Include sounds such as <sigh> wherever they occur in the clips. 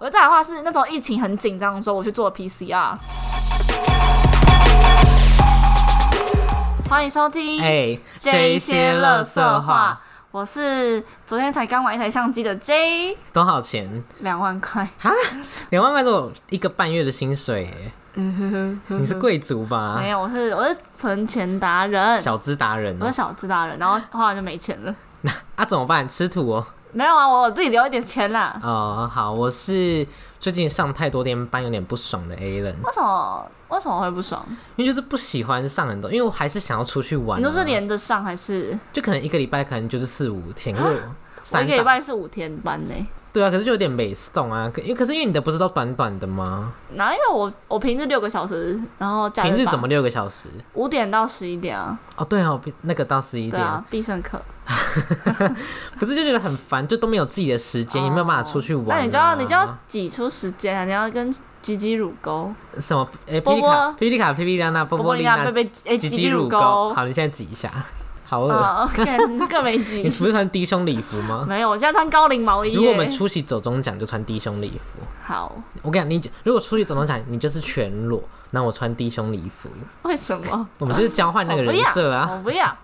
我再来的话是那种疫情很紧张的时候，我去做 PCR。欢迎收听哎，这一些乐色色话，，我是昨天才刚买一台相机的 J，多少钱？两万块。哈，两万块是我一个半月的薪水 <laughs> 耶。你是贵族吧没？有，我是我是存钱达人，小资达人我哦是。小资达人，然后后来就没钱了。啊，怎么办？吃土哦。没有啊，我自己留一点钱啦。哦，好，我是最近上太多天班，有点不爽的 A 人，为什么为什么会不爽？因为就是不喜欢上很多，因为我还是想要出去玩、啊。你都是连着上还是？就可能一个礼拜可能就是四五天，因为我啊我三一个礼档拜是五天班呢、对啊，可是就有点没动啊。可因为可是因为你的不是都短短的吗？哪有我我平日六个小时，然后假平日八怎么六个小时？五点到十一点啊？哦，对哦，比那个到十一对点，啊，必胜客。不是就觉得很烦，就都没有自己的时间，也没有办法出去玩、哦啊那你就要你就要挤出时间啊！你要跟吉吉乳沟、什么？哎、霹波雳卡、霹雳卡、霹雳娜娜、波波波波利丽娜娜、贝贝、哎吉吉吉乳乳沟沟。好，你现在挤一下， <laughs> 好饿。啊，更更没 <laughs> 你挤。不是穿低胸礼服吗？ <laughs> 没有，我现在穿高领毛衣耶。如果我们出席走中奖，就穿低胸礼服。好，我跟你讲，你如果出席走中奖，你就是全裸，那我穿低胸礼服，为什么？我们就是交换那个我不人要设啊。我哦不 <laughs> 要。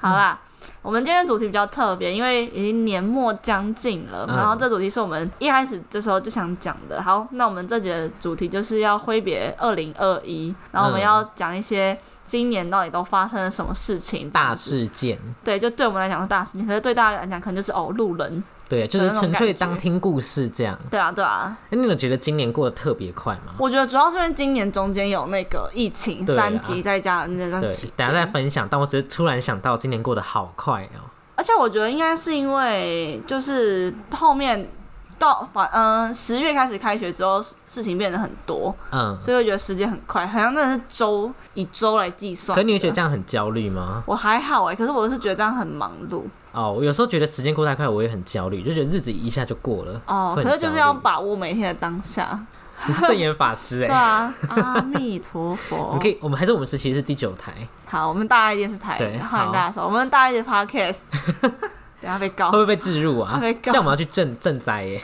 好啦，我们今天的主题比较特别，因为已经年末将近了，嗯然后这主题是我们一开始这时候就想讲的。好，那我们这节的主题就是要挥别二零二一，然后我们嗯要讲一些今年到底都发生了什么事情，大，事件，对，就对我们来讲是大事情，可是对大家来讲可能就是哦路人，对，就有是那种纯粹感觉当听故事这样。对啊，对啊。哎，你有觉得今年过得特别快吗？我觉得主要是因为今年中间有那个疫情，对啊三级在家的那段对时，等一下再间，分享。但我只是突然想到，今年过得好快哦、而且我觉得应该是因为就是后面到反嗯十月开始开学之后，事情变得很多，嗯，所以我觉得时间很快，好像真的是周以周来计算。可你会觉得这样很焦虑吗？我还好哎、可是我是觉得这样很忙碌哦，我有时候觉得时间过太快，我也很焦虑，就觉得日子一下就过了。哦，会可很是就是焦要虑把握每天的当下。 <laughs> 你是正言法师 <laughs> 对哎、啊，阿弥陀我佛 <laughs> 们可。以，我们还是我们时期是第九台，好，我们大爱电视台对欢迎好大家收，我们大爱的 <laughs> podcast，等一下被 <laughs> 告会不会被置入啊？被这告样我们要去赈赈灾耶。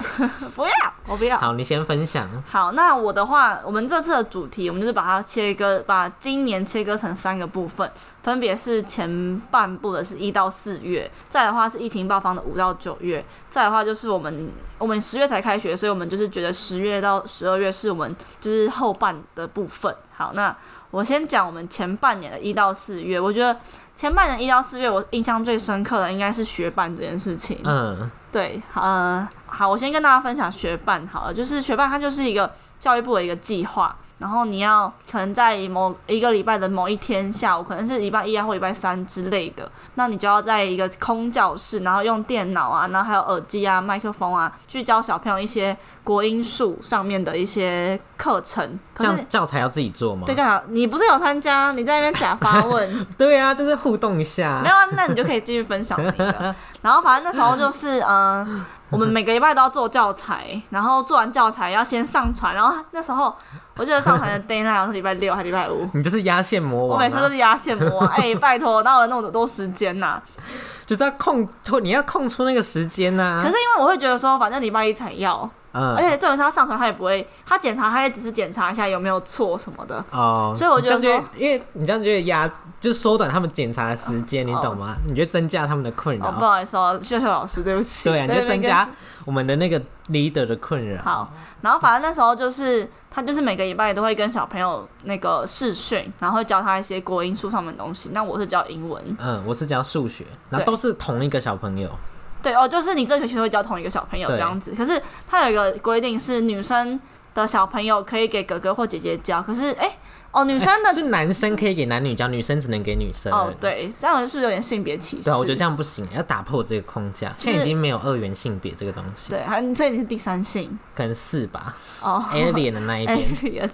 不要，我不要。好，你先分享。好，那我的话，我们这次的主题，我们就是把它切割，把今年切割成三个部分，分别是前半部的是一到四月，再的话是疫情爆发的五到九月，再的话就是我们我们十月才开学，所以我们就是觉得十月到十二月是我们就是后半的部分。好，那我先讲我们前半年的一到四月，我觉得前半年一到四月，我印象最深刻的应该是学伴这件事情。嗯对，呃，好，我先跟大家分享学伴好了，就是学伴它就是一个教育部的一个计划，然后你要可能在某一个礼拜的某一天下午，可能是礼拜一啊或礼拜三之类的，那你就要在一个空教室，然后用电脑啊，然后还有耳机啊、麦克风啊，去教小朋友一些国音数上面的一些课程。可这是样教材要自己做吗？对，这样你不是有参加？你在那边假发问。对啊，就是互动一 <laughs> 没下。有啊，那你就可以继续分享你 <laughs> 的。然后反正那时候就是，嗯、我们每个礼拜都要做教材，然后做完教材要先上传，然后那时候我记得上 <laughs> 传的 d a y l i g h t 是礼拜六还是礼拜五。你就是压线魔我王、啊，每次都是压线魔 <laughs> 啊，哎、拜托，哪有那么多时间呐、啊就是要空，你要空出那个时间呐、可是因为我会觉得说，反正礼拜一才要，嗯，而且这种他上传他也不会，他检查他也只是检查一下有没有错什么的。哦，所以我你这样觉得就会因为你这样就会压，就缩短他们检查的时间，你懂吗？你就增加他们的困哦，不扰，好意思哦，秀秀老师，对不起。嗯 <laughs> 对啊，你在那就边增跟加我们的那个 leader 的困扰。好，然后反正那时候就是他就是每个礼拜都会跟小朋友那个试训，然后会教他一些国音数上面的东西。那我是教英文，嗯，我是教数学，然对后都是同一个小朋友，对哦，就是你这学期会教同一个小朋友对这样子。可是他有一个规定是女生的小朋友可以给哥哥或姐姐教，可是哎、哦女生的、 <laughs> 是男生可以给男女教，女生只能给女生。哦，对，这样就是有点性别歧视。对啊，我觉得这样不行，要打破这个框架。就是现在已经没有二元性别这个东西，对，还这里是第三性可能四吧 <laughs> 哦。 ，alien 的那一边， Alien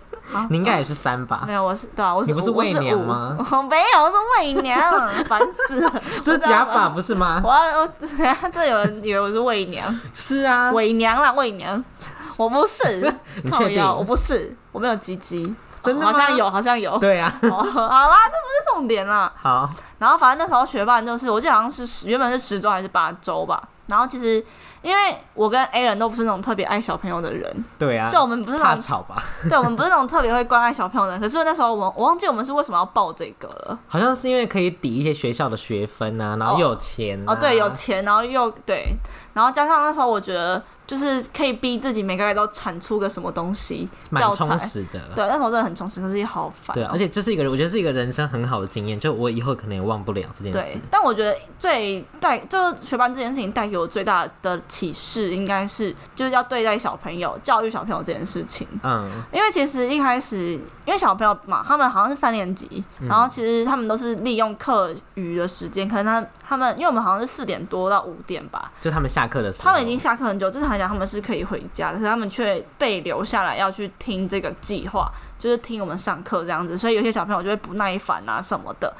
你应该也是三吧 <laughs> 没？有，我是对啊，我是你不是五我媚娘五吗我 <laughs> 没有，我是媚娘，烦死了。 <laughs> 这我知是道假吗发不是 <laughs> 吗？我要我等下这有人以为我是伪 <laughs> 娘，是啊，伪娘啦，伪娘， <laughs> 我不是，你靠确腰我定？不是，我没有鸡鸡，真的好吗像有，好像有。对啊，哦， <laughs> 好啦，这不是重点啦。好，然后反正那时候学伴就是，我记得好像是十原本是十周还是八周吧。然后其实因为我跟 A 人都不是那种特别爱小朋友的人，对啊，就我们不是那怕种，吵吧？对我们不是那种特别会关爱小朋友的人。可是那时候我们我忘记我们是为什么要报这个了。好像是因为可以抵一些学校的学分啊，然后又有钱、啊哦，对，有钱，然后又对，然后加上那时候我觉得就是可以逼自己每个月都产出个什么东西蛮教充材。实的。对，那时候真的很充实，可是也好烦哦、对啊，而且这是一个，我觉得是一个人生很好的经验，就我以后可能也忘不了这件事对。，但我觉得最带就是学班这件事情带给我最大的启示，应该是就是要对待小朋友、教育小朋友这件事情。嗯，因为其实一开始，因为小朋友嘛，他们好像是三年级，嗯然后其实他们都是利用课余的时间，可能他他们因为我们好像是四点多到五点吧，就他们下课的时候，他们已经下课很久，正常来讲他们是可以回家的，可是他们却被留下来要去听这个计划，就是听我们上课这样子，所以有些小朋友就会不耐烦啊什么的。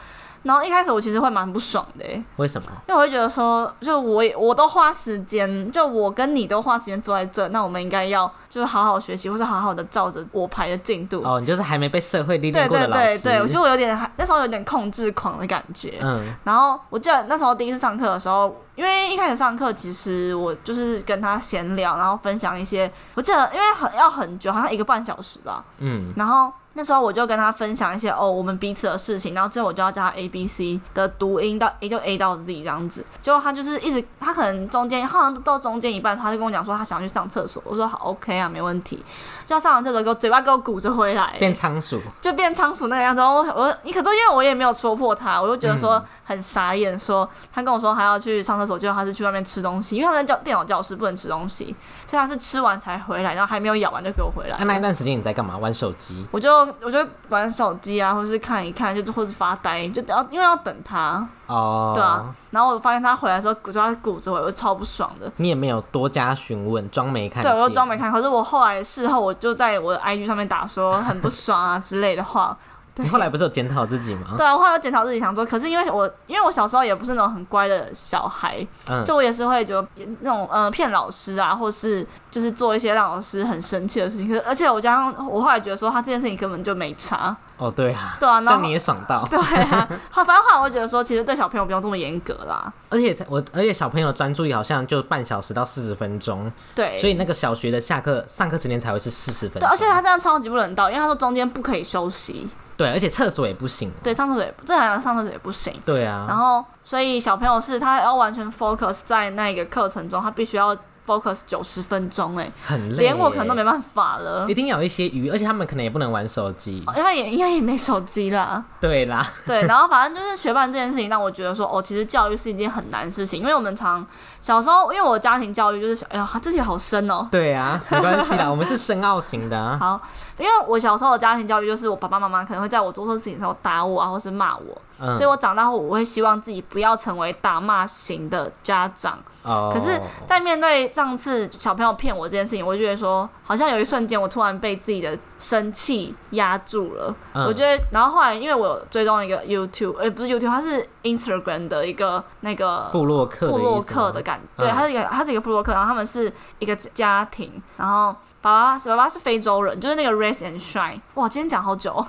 然后一开始我其实会蛮不爽的、欸为什么？因为我会觉得说，就我也我都花时间，就我跟你都花时间坐在这，那我们应该要就是好好学习，或是好好的照着我排的进度。哦，你就是还没被社会历对练过对的老对师，对，我觉得我有点还那时候有点控制狂的感觉。嗯然后我记得那时候第一次上课的时候，因为一开始上课，其实我就是跟他闲聊，然后分享一些。我记得因为很要很久，好像一个半小时吧。嗯，然后那时候我就跟他分享一些哦我们彼此的事情，然后最后我就要教他 A B C 的读音到 A 就 A 到 Z 这样子。结果他就是一直他可能中间好像到中间一半，他就跟我讲说他想要去上厕所。我说好 OK 啊，没问题。就他上完厕所给我嘴巴给我鼓着回来、变仓鼠，就变仓鼠那个样子。然后我我，你可是因为我也没有戳破他，我就觉得说很傻眼，说他跟我说他要去上厕所，结果他是去外面吃东西，因为他们在教电脑教室不能吃东西，所以他是吃完才回来，然后还没有咬完就给我回来啊那。那一段时间你在干嘛？玩手机？我就我就玩手机啊，或是看一看，就是或是发呆，就要因为要等他，哦，对啊。然后我发现他回来的时候，骨折他骨折，我就超不爽的。你也没有多加询问，装没看对，见，我就装没看。可是我后来事后，我就在我的 IG 上面打说很不爽啊之类的话。对你后来不是有检讨自己吗？ <laughs> 对啊，我后来有检讨自己，想说，可是因为我因为我小时候也不是那种很乖的小孩，嗯，就我也是会觉得那种呃骗老师啊，或是就是做一些让老师很生气的事情。可是而且我加上我后来觉得说他这件事情根本就没差，哦，对啊，对啊，然这样后。你也爽 <laughs> 到对啊，好，反正后来我觉得说其实对小朋友不用这么严格啦，而且他我，而且小朋友的专注力好像就半小时到四十分钟，对，所以那个小学的下课上课时间才会是四十分对，钟。而且他这样超级不人道，因为他说中间不可以休息，对，而且厕所也不行。对，上厕所也正常上厕所也不行。对啊，然后，所以小朋友是他要完全 focus 在那个课程中，他必须要 focus 九十分钟，哎，很累耶，连我可能都没办法哦了一，定要有一些余，而且他们可能也不能玩手机。因为也应该也没手机 <laughs> 啦。对啦，对，然后反正就是学伴这件事情让我觉得说，哦，其实教育是一件很难的事情，因为我们常小时候，因为我家庭教育就是小，哎呀，这些好深哦。对 <laughs> 啊，没关系啦，我们是深奥型的啊。好，因为我小时候的家庭教育就是我爸爸妈妈可能会在我做错事情的时候打我啊，或是骂我，嗯，所以我长大后我会希望自己不要成为打骂型的家长。哦，可是，在面对上次小朋友骗我这件事情，我就觉得说，好像有一瞬间我突然被自己的生气压住了。嗯我觉得，然后后来因为我有追踪一个 YouTube，呃，不是 YouTube，它是 Instagram 的一个那个部落客的部落意思啊吗客的感，对，嗯它是一个它是一个部落客，然后他们是一个家庭，然后。爸爸是爸爸是非洲人，就是那个 Race and Shine。哇，今天讲好久哦、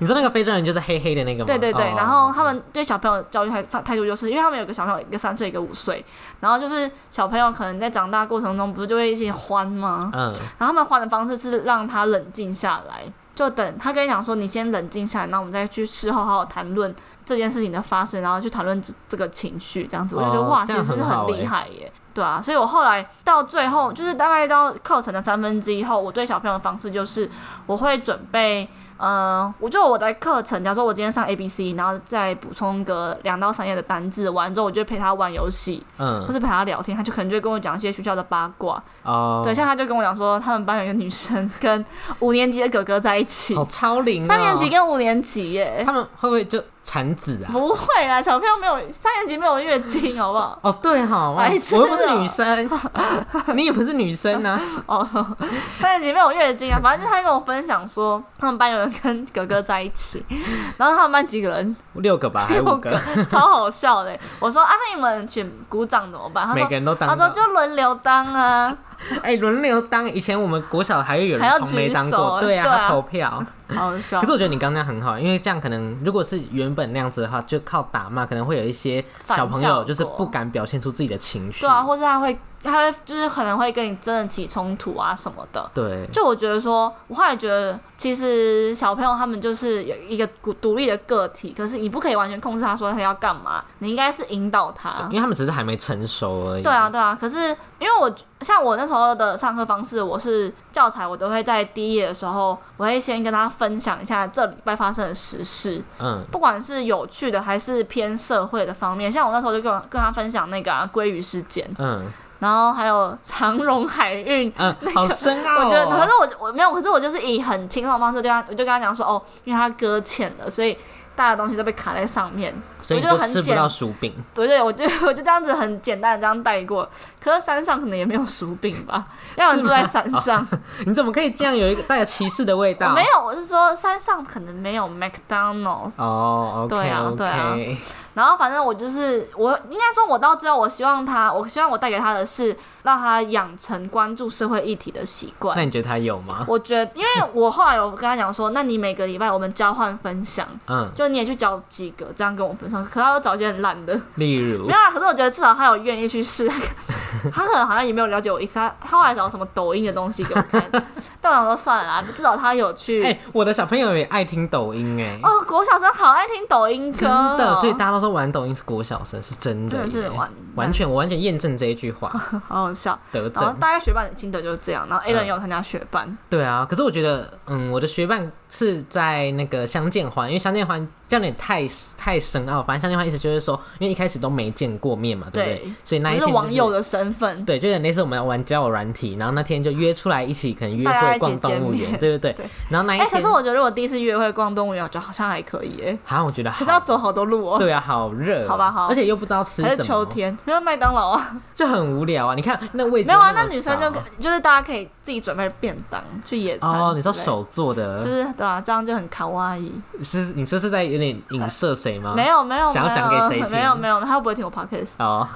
你说那个非洲人就是黑黑的那个吗？对对对，哦然后他们对小朋友教育态态度就是，因为他们有个小朋友，一个三岁，一个五岁，然后就是小朋友可能在长大过程中不是就会一起欢吗？嗯，然后他们欢的方式是让他冷静下来，就等他跟你讲说，你先冷静下来，然后我们再去事后好好谈论这件事情的发生，然后去谈论这这个情绪这样子。我就觉得、哦哇，其这样实是很好很厉欸害耶。对啊，所以我后来到最后，就是大概到课程的三分之一后，我对小朋友的方式就是，我会准备，呃，我就我的课程，假如说我今天上 A B C，然后再补充个两到三页的单字，完之后我就陪他玩游戏，或嗯是陪他聊天，他就可能就会跟我讲一些学校的八卦，哦，对，像他就跟我讲说，他们班有一个女生跟五年级的哥哥在一起，好超龄哦，三年级跟五年级耶， <laughs> 他们会不会就产子啊？不会啦，小朋友没有三年级没有月经，好不 <laughs> 好？哦，对哈，我白痴哦我又不是女生， <laughs> 你也不是女生啊。哦，三年级没有月经啊，反正就是他跟我分享说，他们班有人跟哥哥在一起，然后他们班几个人，六个吧，还五个， <laughs> 超好笑的。我说啊，那你们选鼓掌怎么办？他每说个人都当他到。说就轮流当啊，哎，轮流当。以前我们国小还会有还要人从没举当手过，对对啊啊，投票。好好笑可。是我觉得你刚刚很好，因为这样可能如果是原本那样子的话，就靠打骂，可能会有一些小朋反效友果就是不敢表现出自己的情绪。对啊，或是他会他会就是可能会跟你真的起冲突啊什么的。对，就我觉得说，我后来觉得，其实小朋友他们就是有一个独独立的个体，可是你不可以完全控制他说他要干嘛，你应该是引导他因。为他们只是还没成熟而已。对啊，，对啊。可是因为我像我那时候的上课方式，我是教材我都会在第一页的时候，我会先跟他分享一下这礼拜发生的时事，嗯，不管是有趣的还是偏社会的方面。像我那时候就跟我跟他分享那个啊鲑鱼事件，嗯然后还有长荣海运嗯，好深 <laughs> 我奥、哦。觉得，可是我我没有，可是我就是以很轻松的方式对他，我就跟他讲说，哦，因为他搁浅了，所以大家的东西都被卡在上面。所以你我觉就得很吃不简到薯饼。对对，我就我就这样子很简单的这样带过。可是山上可能也没有薯饼吧，要人住在山上，你怎么可以这样有一个带有歧视的味我道？没有，我是说山上可能没有 McDonald's。哦、o k 对啊 o 对啊 k 然后反正我就是我，应该说，我到最后我希望他，我希望我带给他的是让他养成关注社会议题的习惯那。你觉得他有吗？我觉得，因为我后来有跟他讲说，那你每个礼拜我们交换分享，嗯，就你也去找几个这样跟我分享，可他都找一些很烂的， <laughs> 例如没有，啦。啊可是我觉得至少他有愿意去试，他可能好像也没有了解我意思，他他后来找什么抖音的东西给我看，但我想说算了啊啦，至少他有去。哎、我的小朋友也爱听抖音哎、哦，国小生好爱听抖音歌、真哦，的，所以大家都说玩抖音是国小生，是真的耶，真的是完完全我完全验证这一句话好好笑。得然后证。大概学伴的心得就是这样，然后 A 嗯人也有参加学伴，对啊，可是我觉得，嗯，我的学伴是在那个相见欢，因为相见欢这样有点太太深奥，反正相见欢意思就是说，因为一开始都没见过面嘛，对不对？对所以那一你是天、就是、网友的身份，对，就有点类似我们玩交友软体，然后那天就约出来一起，可能约大家一会起逛动物见面园，对对对。对然后那一哎、天，可是我觉得如果第一次约会逛动物园，我觉得好像还可以耶，好像我觉得好，可是要走好多路哦、对啊，好热哦，好吧好而且又不知道吃还什是么，秋天，没有麦当劳啊。就很无聊啊。你看那位置没有啊，么那女生少就就是大家可以自己准备便当去野餐之类。哦，你说手做的，就是对啊，这样就很卡哇伊。是你这是在有点影射谁吗？没有没有，啊想要讲给谁听没有没有，他不会听我 podcast。哦，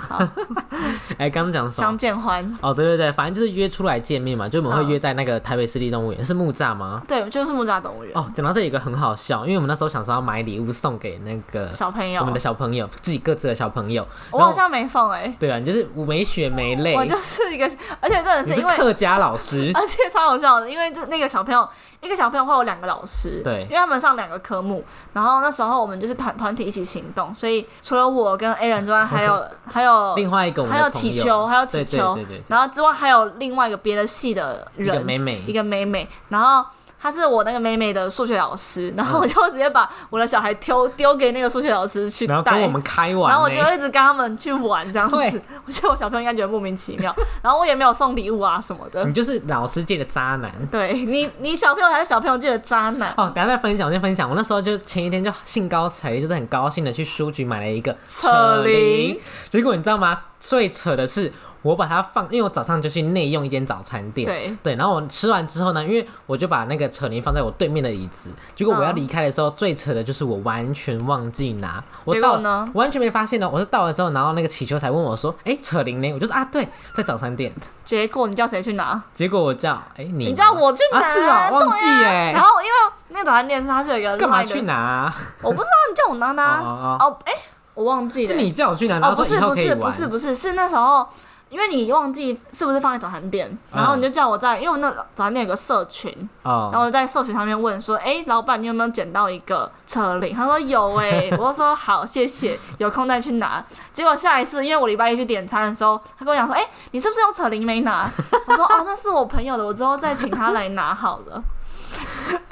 <laughs> 哎，刚刚讲什相么？见欢，哦，对对对，反正就是约出来见面嘛，就我们会嗯约在那个台北市立动物园，是木栅吗？对，就是木栅动物园。哦，讲到这有一个很好笑，因为我们那时候想说要买礼物送给那个小朋我友们的，小朋友，自己各自的小朋友，我然后好像没送哎，对啊，你就是没血没泪，我就是一个，而且真的你是是因为。哦客家老师，而且超好笑的，因为就那个小朋友，那个小朋友会有两个老师，对因为他们上两个科目，然后那时候我们就是团团体一起行动，所以除了我跟 A 人之 <laughs> 外，还有还有另外一个我们还的有朋友祈求，还有祈对求对对对，对然后之外还有另外一个别的系的一个人，妹妹一，个妹妹，然后她是我那个妹妹的数学老师，然后我就直接把我的小孩丢丢给那个数学老师去带，然后跟我们开玩、欸，然后我就一直跟他们去玩这样对子，我觉得我小朋友应该觉得莫名其妙，然后我也没有送礼物啊什么的你。就是老师界的渣男。对你，你小朋友还是小朋友界的渣男，哦，等一下再分享，我先分享。我那时候就前一天就兴高采烈，就是很高兴的去书局买了一个扯铃结果你知道吗？最扯的是，我把它放，因为我早上就去内用一间早餐店，对对，然后我吃完之后呢，因为我就把那个扯铃放在我对面的椅子，结果我要嗯离开的时候，最扯的就是我完全忘记拿，我结到果呢完全没发现呢，我是到了之后，然后那个祈求才问我说，哎、扯铃呢？我就说啊，对，在早餐店。结果你叫谁去拿？结果我叫哎、你你你叫我去拿，啊是哦，忘记对啊哎、然后因为那个早餐店是它是有一个干嘛 Line 的去拿啊、我不知道你叫我拿拿哦哦，哎、我忘记了、是你叫我去拿，然哦，后不说是以后不可以是玩。不是不是，是那时候因为你忘记是不是放在早餐店，然后嗯你就叫我在，因为我那早餐店有个社群，然后哦，我在社群上面问说，哎、老板你有没有捡到一个车铃？他说有哎、 <laughs> 我就说好谢谢，有空再去拿。结果下一次因为我礼拜一去点餐的时候，他跟我讲说，哎、你是不是有车铃没 <laughs> 拿？我说哦，那是我朋友的，我之后再请他来拿好了。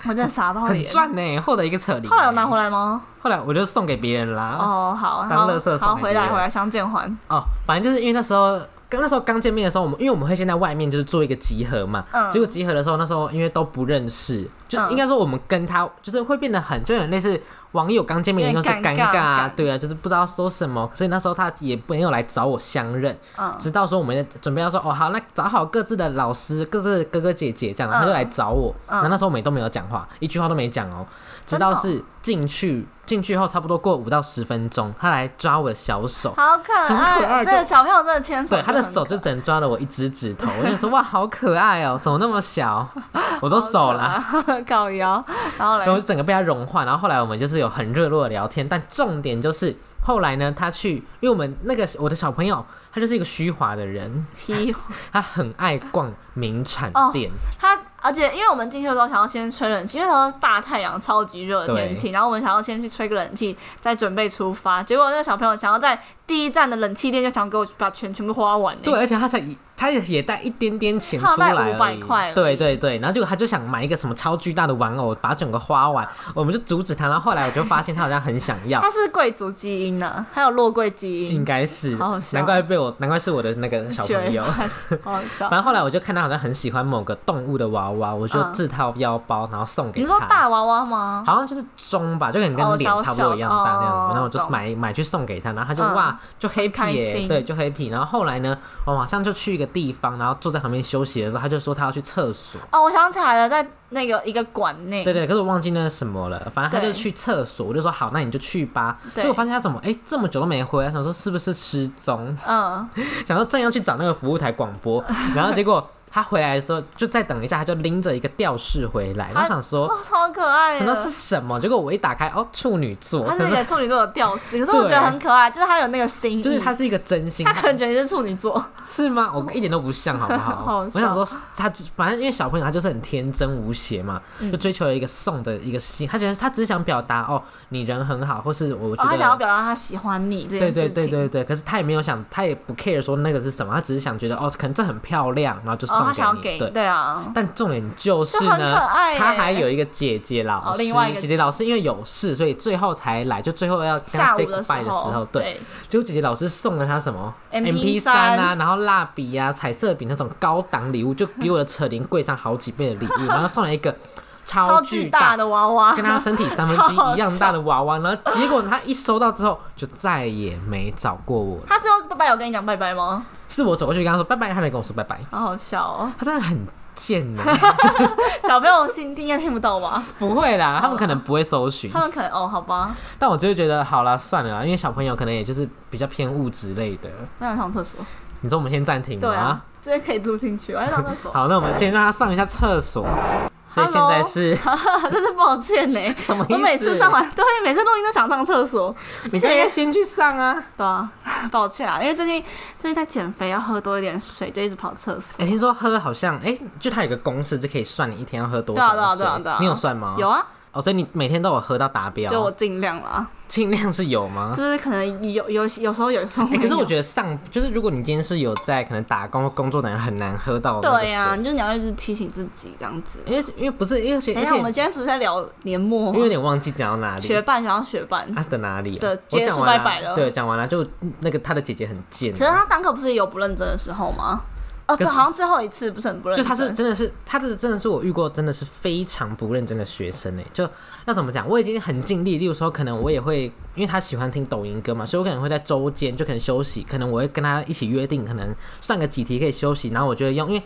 我真的傻爆很眼。赚呢，获得一个扯铃。后来有拿回来吗？后来我就送给别人啦。哦，好，啊当好，垃圾送好，给回别来人回来，相见还。哦，反正就是因为那时候。刚那时候刚见面的时候，我们因为我们会先在外面就是做一个集合嘛，嗯结果集合的时候，那时候因为都不认识，就嗯应该说我们跟他就是会变得很就很类似网友刚见面有的时点候是尴尴尬尬啊感，对啊，就是不知道说什么，所以那时候他也没有来找我相认，嗯，直到说我们准备要说哦好，那找好各自的老师、各自的哥哥姐姐这样，然后他就来找我。嗯然后那时候我们也都没有讲话，一句话都没讲哦。直到是进去进去后，差不多过五到十分钟，他来抓我的小手，好可很可爱爱，这就个小朋友真的牵手 <laughs> 对，很可他爱，的手就只能抓了我一只指头。我就说哇，好可爱哦，怎么那么小？ <laughs> 我都手啦。好可爱， <laughs> 搞腰，然后来然后我就整个被他融化，然后后来我们就是有很热络的聊天，但重点就是后来呢，他去，因为我们那个我的小朋友，他就是一个虚华的人，批他很爱逛名产哦店，它，而且因为我们进去的时候想要先吹冷气，因为那时候大太阳、超级热的天气，然后我们想要先去吹个冷气，再准备出发。结果那个小朋友想要在第一站的冷气店就想给我把钱全部花完、欸，对，，啊而且他才一他也带一点点钱出他有来带而已， 500块而已对对对，然后结果他就想买一个什么超巨大的玩偶，把它整个花完，我们就阻止他，然后后来我就发现他好像很想要他。是不是贵族基因呢、还有落贵基应因，该是，嗯好好笑难怪被我，难怪是我的 <laughs> 那个嗯小朋友。好好笑反。正后来我就看他好像很喜欢某个动物的娃娃，我就嗯自掏腰包，然后送给你他。说大娃娃吗？好像就是中吧，就可能跟哦脸小差不多一样大那样子。小然后我就是懂买买去送给他，然后他就、嗯哇就 happy 开耶、心对，就 happy。然后后来呢，我马上就去一个地方，然后坐在旁边休息的时候，他就说他要去厕所。哦，我想起来了，在那个一个馆内，对对，可是我忘记那是什么了。反正他对就去厕所，我就说好，那你就去吧。对结果发现他怎么哎、这么久都没回来，想说是不是失踪？嗯，想说正要去找那个服务台广播，然后结果他回来的时候就再等一下，他就拎着一个吊饰回来，我他想说。哇，超可爱难道是的。什么？结果我一打开，哦，处女座，他是那个处女座的吊饰，可是我对觉得很可爱，就是他有那个心意，就是他是一个真心他，可能觉得你是处女 <laughs> 座，哦是吗？我一点都不像，好不好？好我笑想说他就，反正因为小朋友他就是很天真无邪嘛，就追求了一个送的一个心，他觉得他只是想表达哦，你人很好，或是我觉哦，得、他想要表达他喜欢你这件对事情。对对对对，可是他也没有想，他也不 care 说那个是什么，他只是想觉得哦，可能这很漂亮，然后就哦，送给他想你。要给，对，对啊，但重点就是就很可呢爱，耶他还有一个姐姐老哦师，另外一个姐姐老师因为有事，所以最后才来，就最后要跟他下 say 午的 goodbye 的时候，对，对，结果姐姐老师送了他什么 MP3 三啊，然后蜡笔啊、彩色笔那种高档礼物，就比我的扯铃柜上好几倍的礼物，然后送了一个超超巨巨大大。的娃娃 <laughs> 跟，他身体三分之一一样大的娃娃，然后结果他一收到之后就再也没找过我了。他最后拜拜有跟你讲拜拜吗？是我走过去跟他说拜拜，他才跟我说拜拜。好好笑哦，他真的很 <laughs> 贱呢，小朋友心应该听不到 <laughs> 吧？不会啦，他们可能不会搜寻他，们可能哦，好吧，但我就会觉得好啦，算了啦，因为小朋友可能也就是比较偏物质类的。我想上厕所。你说我们先暂停吗？对啊，这边可以录进去，我要上厕所。<laughs> <laughs> 好，那我们先让他上一下厕所。所以现在是，真是抱歉呢，么意思我每次上完，对，每次录音都想上厕所。 <laughs> 你现在要先去上啊。对啊，抱歉啊，因为最近最近在减肥，要喝多一点水，就一直跑厕所。哎、听说喝好像，哎、就它有个公式，就可以算你一天要喝多对啊少对啊的水。对啊对啊，你有算吗？有。啊，哦，所以你每天都有喝到达标，就我尽量啦。尽量是有吗？就是可能有有有时候有，有时候没哎、有、可是我觉得上，就是如果你今天是有在可能打工或工作的人，很难喝到那个对啊呀、水就是你要一直提醒自己这样子。因为因为不是，因为而且等一而下，我们且今天不是在聊年末因为有点忘记讲到哪里学伴，想要学伴，啊的哪里、啊、对我结束讲完拜拜了对，讲完了，就那个他的姐姐很 <laughs> 贱可是，他上课不是也有不认真的时候吗？哦，这可是好像最后一次不是很不认就真，他是真的是，他这真的是我遇过真的是非常不认真的学生哎、就要怎么讲，我已经很尽力。例如说，可能我也会，因为他喜欢听抖音歌嘛，所以我可能会在周间就可能休息，可能我会跟他一起约定，可能算个几题可以休息，然后我就会用，因为。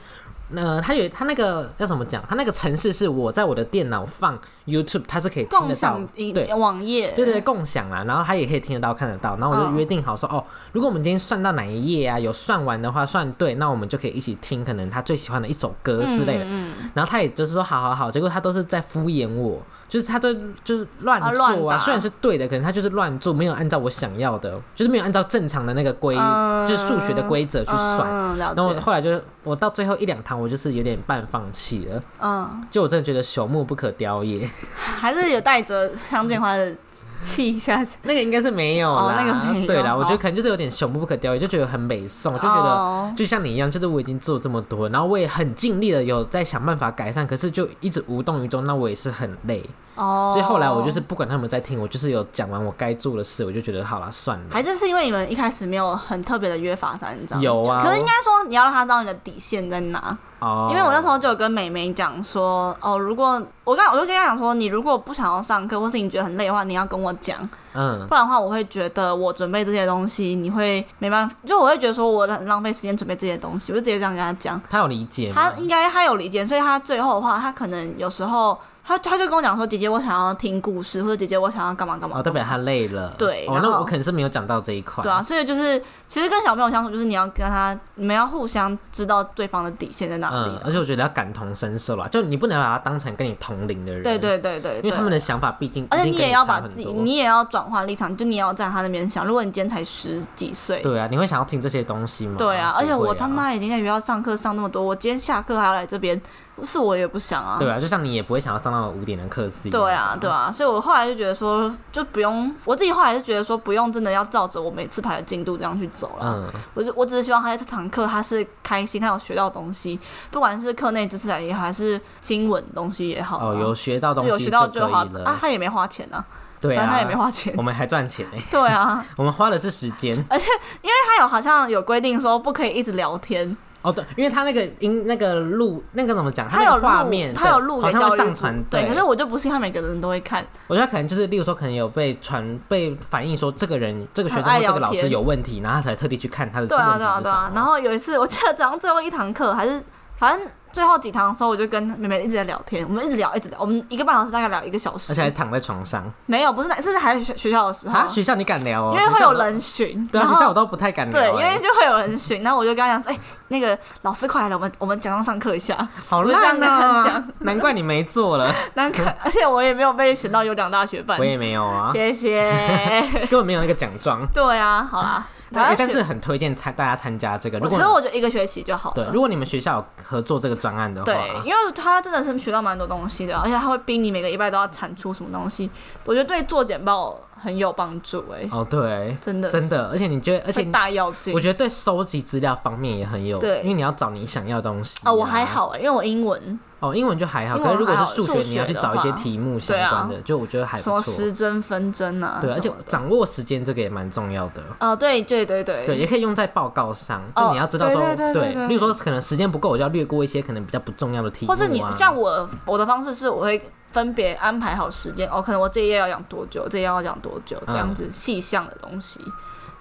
呃，他有他那个要怎么讲？他那个程式是我在我的电脑放 YouTube，它是可以听共得到享，影对网页，对对，共享啦，然后他也可以听得到、看得到，然后我就嗯约定好说，哦，如果我们今天算到哪一页啊，有算完的话算对，那我们就可以一起听可能他最喜欢的一首歌之类的。嗯，嗯然后他也就是说好好好，结果他都是在敷衍我，就是他都就是乱啊做啊，乱打虽然是对的，可能他就是乱做，没有按照我想要的，就是没有按照正常的那个规，嗯就是数学的规则去算。嗯，了然后我解，后来就是，我到最后一两堂，我就是有点半放弃了，嗯，就我真的觉得朽木不可雕也。还是有带着相见欢的气下去，那个应该是没有啦，哦那个没有对啦，好我觉得可能就是有点朽木不可雕，也就觉得很美颂，我就觉哦得就像你一样，就是我已经做这么多，然后我也很尽力的有在想办法改善，可是就一直无动于衷，那我也是很累。哦，所以后来我就是不管他们在听，我就是有讲完我该做的事，我就觉得好了，算了。还是是因为你们一开始没有很特别的约法三章，有啊可是应该说你要让他知道你的底线在哪，哦，因为我那时候就有跟美美讲说，哦，如果我刚我就跟她讲说，你如果不想要上课，或是你觉得很累的话，你要跟我讲，嗯，不然的话我会觉得我准备这些东西，你会没办法，就我会觉得说我很浪费时间准备这些东西，我就直接这样跟她讲。他有理解吗？她应该她有理解，所以她最后的话，她可能有时候她她就跟我讲说，姐姐我想要听故事，或者姐姐我想要干嘛干嘛。哦，代表他累了。对哦，然后那我可能是没有讲到这一块。对啊啊，所以就是其实跟小朋友相处，就是你要跟他，你们要互相知道对方的底线在哪道理嗯，的。而且我觉得要感同身受啦，就你不能把他当成跟你同龄的人，对对对对因为他们对。的想法毕竟，而且你也要把一定自己，跟你差很多你也要转换立场，就你也要站他那边想。如果你今天才十几岁，对啊，你会想要听这些东西吗？对啊，而且不会我他妈已经在学校上课上那么多，我今天下课还要来这边，是我也不想啊。对啊，就像你也不会想要上到五点的课是一样的对啊，对啊，所以我后来就觉得说，就不用我自己后来就觉得说，不用真的要照着我每次排的进度这样去走了。嗯，我就我只是希望他在这堂课他是开心，他有学到东西，不管是课内知识也好，还是新闻东西也好啊，哦，有学到东就西有学到就可以好了啊。他也没花钱啊，对反啊，正他也没花钱。 <laughs> 我们还赚钱呢，欸对啊，我们花的是时间。他有好像有规定说不可以一直聊天，哦，对，因为他那个音、那个录、那个怎么讲，他那有个录画面，他有录给对好像教会育上部传。对，可是我就不信他每个人都会看，我觉得他可能就是，例如说，可能有被传、被反映说这个人、这个学生、很爱或这聊个老师天有问题，然后他才特地去看他的对啊，问题对啊，是对什啊么。。然后有一次，我记得早上最后一堂课还是反正最后几堂的时候，我就跟妹妹一直在聊天，我们一直聊，一直聊，我们一个半小时大概聊一个小时，而且还躺在床上没有，不是那，是还在学学校的时候，啊！学校你敢聊哦因哦？为学会校有我都。人巡，对啊，然学校我后。都不太敢聊对欸。，因为就会有人巡，然后我就跟他讲说：“哎、那个老师快来了，我们我们假装上课一下。 <laughs> 好我就这样烂跟他啊讲！难怪你没 <laughs> 做了，”那个，而且我也没有被选到有两大学办我，也没有啊，谢谢。 <laughs> 根本没有那个奖状。对啊，好 <laughs> 啦，反但欸正但学是很推荐参大家参加这个。如我果其实我觉得一个学期就好对，了。如果你们学校有合作这个专案的话，啊对，因为他真的是学到蛮多东西的，而且他会逼你每个礼拜都要产出什么东西，我觉得对做简报很有帮助哎、哦对，真的真的，而且你觉得，而而且大要进我。觉得对收集资料方面也很有，对因为你要找你想要的东西、啊。哦，我还，好哎、因为我英文哦，英文就还好，英可文是如果是还好数学，数学你要去找一些题目相关的，就我觉得还啊什不么错。时针分针啊，对，而且什么的掌握时间这个也蛮重要的。哦，对对对对对，也可以用在报告上，哦就你要知道说，对对对对对例如说可能时间不够，我就要略过一些可能比较不重要的题目、或啊。是你像我我的方式是，我会分别安排好时间，哦，可能我这一页要讲多久，这一页要讲多久，这嗯样子细项的东西，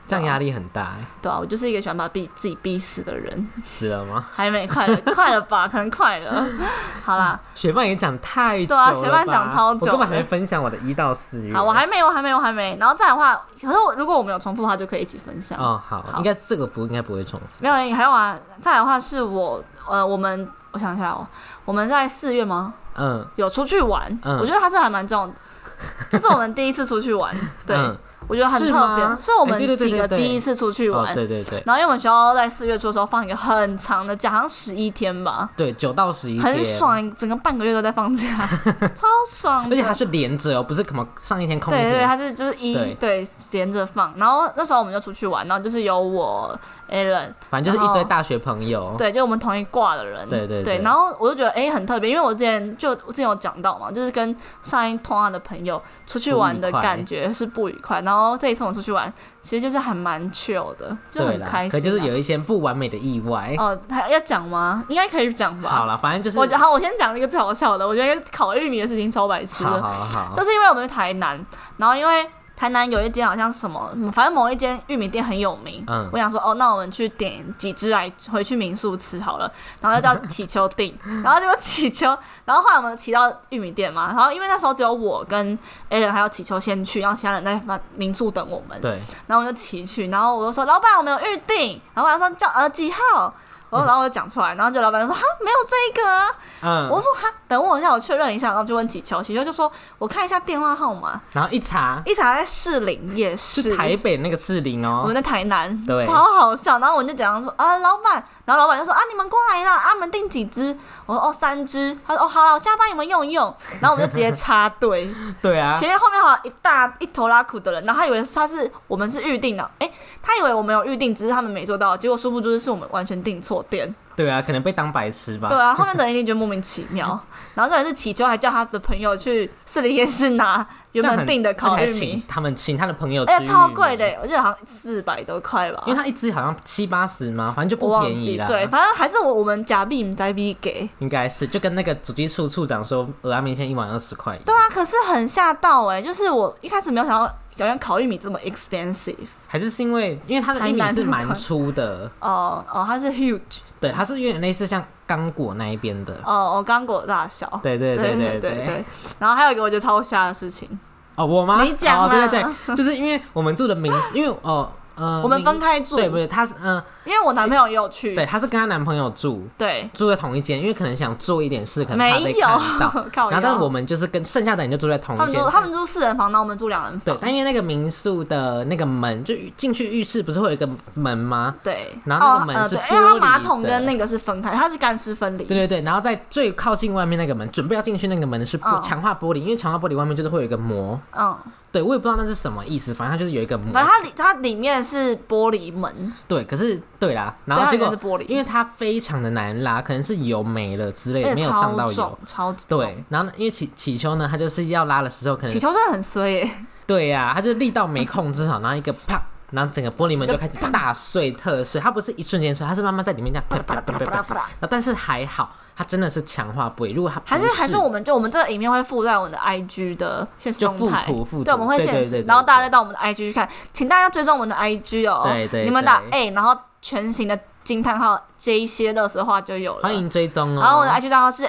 这样压力很大、欸，对啊，我就是一个喜欢把逼自己逼死的人，死 <laughs> 了吗？还没快了，快了吧，可能快了，好啦， <laughs> 学伴也讲太久对啊了吧学伴讲超久我根本还了没分享我的一到四月。好，我还没有，哦还没有，还没。然后再来的话，可是我如果我们有重复的话，就可以一起分享。哦，好，好应该这个不应该不会重复。没有，还有啊，再来的话是我呃，我们我想一下哦，我们在四月吗？嗯，有出去玩，嗯我觉得他这还蛮重要的，这是我们第一次出去玩，对、嗯我觉得很是特别吗，是我哎对们对对几个对对第一次出去玩。哦，对对对然后因为我们学校在四月初的时候放一个很长的假，好像十一天吧，对，九到十一天，很，爽，整个半个月都在放 <laughs> 假，超爽的。而且它是连着哦，不是什么上一天空一对对对，天。它是就是一对对连着放，然后那时候我们就出去玩，然后就是有我 Alan，反正就是一然堆后大学朋友。对，就我们同一挂的人，哦对对对对然后我就觉得哎、诶很特别，因为我之前就我之前有讲到嘛，就是跟上一同行的朋友出去玩的不愉快感觉是不愉快，然后这一次我们出去玩，其实就是还蛮 chill 的，就对很啦，开心、可啊。就是有一些不完美的意外。哦，还要讲吗？应该可以讲吧。好了，反正就是我讲好，我先讲一个最好笑的，我觉得考玉米的事情超白痴的。好好 <laughs> 好，就是因为我们去台南，然后因为台南有一间好像是什么，嗯反正某一间玉米店很有名。嗯我想说，哦，那我们去点几只来回去民宿吃好了，然后就叫祈求 <laughs> 订，然后结果祈求，然后后来我们骑到玉米店嘛，然后因为那时候只有我跟 A 人还有祈求先去，然后其他人在饭民宿等我们，对，然后我们就骑去，然后我就说老板我们有预定，老板说叫呃几号，我说然后我就讲出来，然后就老板就说哈没有这一个啊，我嗯，说哈，等我一下，我确认一下，然后就问祈求，祈求就说我看一下电话号码，然后一查一查在士林夜是市，台北那个士林我哦们，在台南，对超好笑。然后我就讲说啊，老板，然后老板就说啊，你们过来啦，啊，你们订几只？我说哦，三只。他说哦，好了，我下班你们用一用。然后我们就直接插队，对 <laughs> 啊，前面后面好像一大一头拉苦的人，然后他以为他是我们是预定的，诶，他以为我们有预定，只是他们没做到，结果殊不知是我们完全订错店。对啊，可能被当白痴吧对。啊，后面的人一定觉得莫名其 <laughs> 妙。然后这也是祈求还叫他的朋友去士林夜市拿原这样本很订的烤而且还玉米请，他们请他的朋友吃玉而米，且哎超贵的，我记得好像四百多块吧哦因为，它一只好像七八十嘛，反正就我不忘便记宜啦。。对，反正还是我我们假币在币给。应该是就跟那个主机处处长说，鹅阿面线一碗二十块。对啊，可是很吓到哎、就是我一开始没有想到，好像烤玉米这么 expensive。还是是因为因为它的玉米是蛮粗的，哦哦，它是 huge，对，它是有点类似像刚果那一边的。哦哦，刚果大小。对对对对对对。对。然后还有一个我觉得超瞎的事情，哦，我吗？你讲哦，啦 <laughs> 对对对，就是因为我们住的民宿，因为哦。呃，我们你分开住，对不对？她是嗯、因为我男朋友也有去，对，她是跟她男朋友住对住在同一间，因为可能想做一点事，可能怕没被有看到。， <laughs> 靠然后，但是腰我们就是跟剩下的人就住在同他一们间住，他们住四人房，那我们住两人对房，，但因为那个民宿的那个门，就进去浴室不是会有一个门吗？对，然后那个哦门呃是对因为玻它璃马桶的跟那个是分开，它是干湿分离，对对对，然后在最靠近外面那个门，准备要进去那个门是玻嗯强化玻璃，因为强化玻璃外面就是会有一个膜。嗯，对，我也不知道那是什么意思，反正它就是有一个膜反正。它里它里面是玻璃门，对，可是对啦，然对后它结里面果是玻璃，因为它非常的难拉，可能是油没了之类的，而没且有上超到重油。，超级重。对，然后呢因为祈祈秋呢，他就是要拉的时候，可起能球真的很衰耶、对呀、他就力道没控制好，然后一个啪，然后整个玻璃门就开始大碎特碎。它不是一瞬间碎，它是慢慢在里面这样啪啪啪啪啪啪。然后但是还好，它真的是强化玻璃。如果它不还是还是是我们就我们这个影片会附在我们的 IG 的现实就动态，附图附图对，我们会对现对实，对对然后大家对再到我们的 IG 去看，请大家追踪我们的 IG 哦，对对你们打对 A，然后全形的惊叹号这一些乐色话就有了，欢。迎追踪哦。然后我的 IG 账号是 <laughs>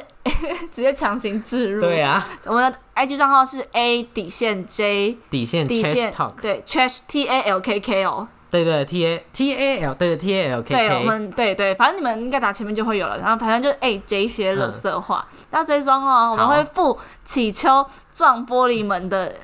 直接强行置入，对啊，我们的 IG 账号是 A 底线 J 底线底 trash 线 talk，对 Trash T A L K K 哦，对对 T A T A L 对对 T A L K 对，我 K，们对对，反正你们应该打前面就会有了，然后反正就哎、这一些乐色话，要追踪哦，我们会附起秋撞玻璃门的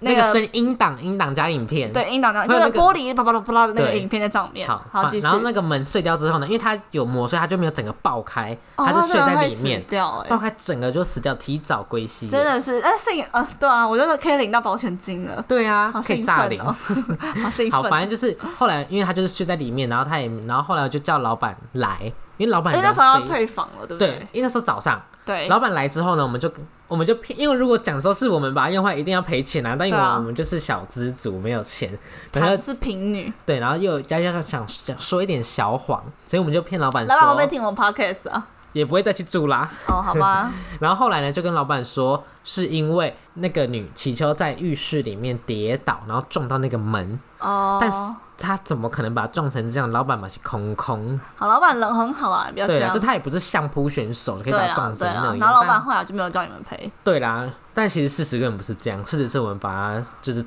那那个个声音档音档加影片。对音档档，会就有是那个玻璃啪啪啦啪啦的那个对影片在上面。好，好，继续然。后那个门碎掉之后呢，因为它有膜，所以它就没有整个爆开，哦它是真碎的在会里面哦死，掉哎、爆开整个就死掉，提早归西。真，的是，但是呃，对啊，我觉得可以领到保险金了，对啊好，可以兴炸奋零哦。， <laughs> 好 <laughs> 兴好，奋。反正就是后来，因为他就是睡在里面，然后他也，然后后来就叫老板来，因为老板因为哎那人时候要非，退房了，对不对对？，哎因为那时候早上，对，老板来之后呢，我们就我们就骗，因为如果讲说是我们把它用坏，一定要赔钱啊，但因为对啊我们就是小资族，没有钱，然后她是平女，对，然后又加加上想想说一点小谎，所以我们就骗老板老板会不会说听我们 podcast 啊？也不会再去住啦。哦，好 <laughs> 吧，然后后来呢，就跟老板说是因为那个女祈秋在浴室里面跌倒，然后撞到那个门，哦，但是他怎么可能把它撞成这样？老板嘛是空空。好，老板人很好啊，不要这对啊，样就。他也不是相扑选手，可以对把啊他，撞成对那啊，样。然后老板但后来就没有叫你们赔，对啦，但其实事实根本不是这样，事实是我们把他就是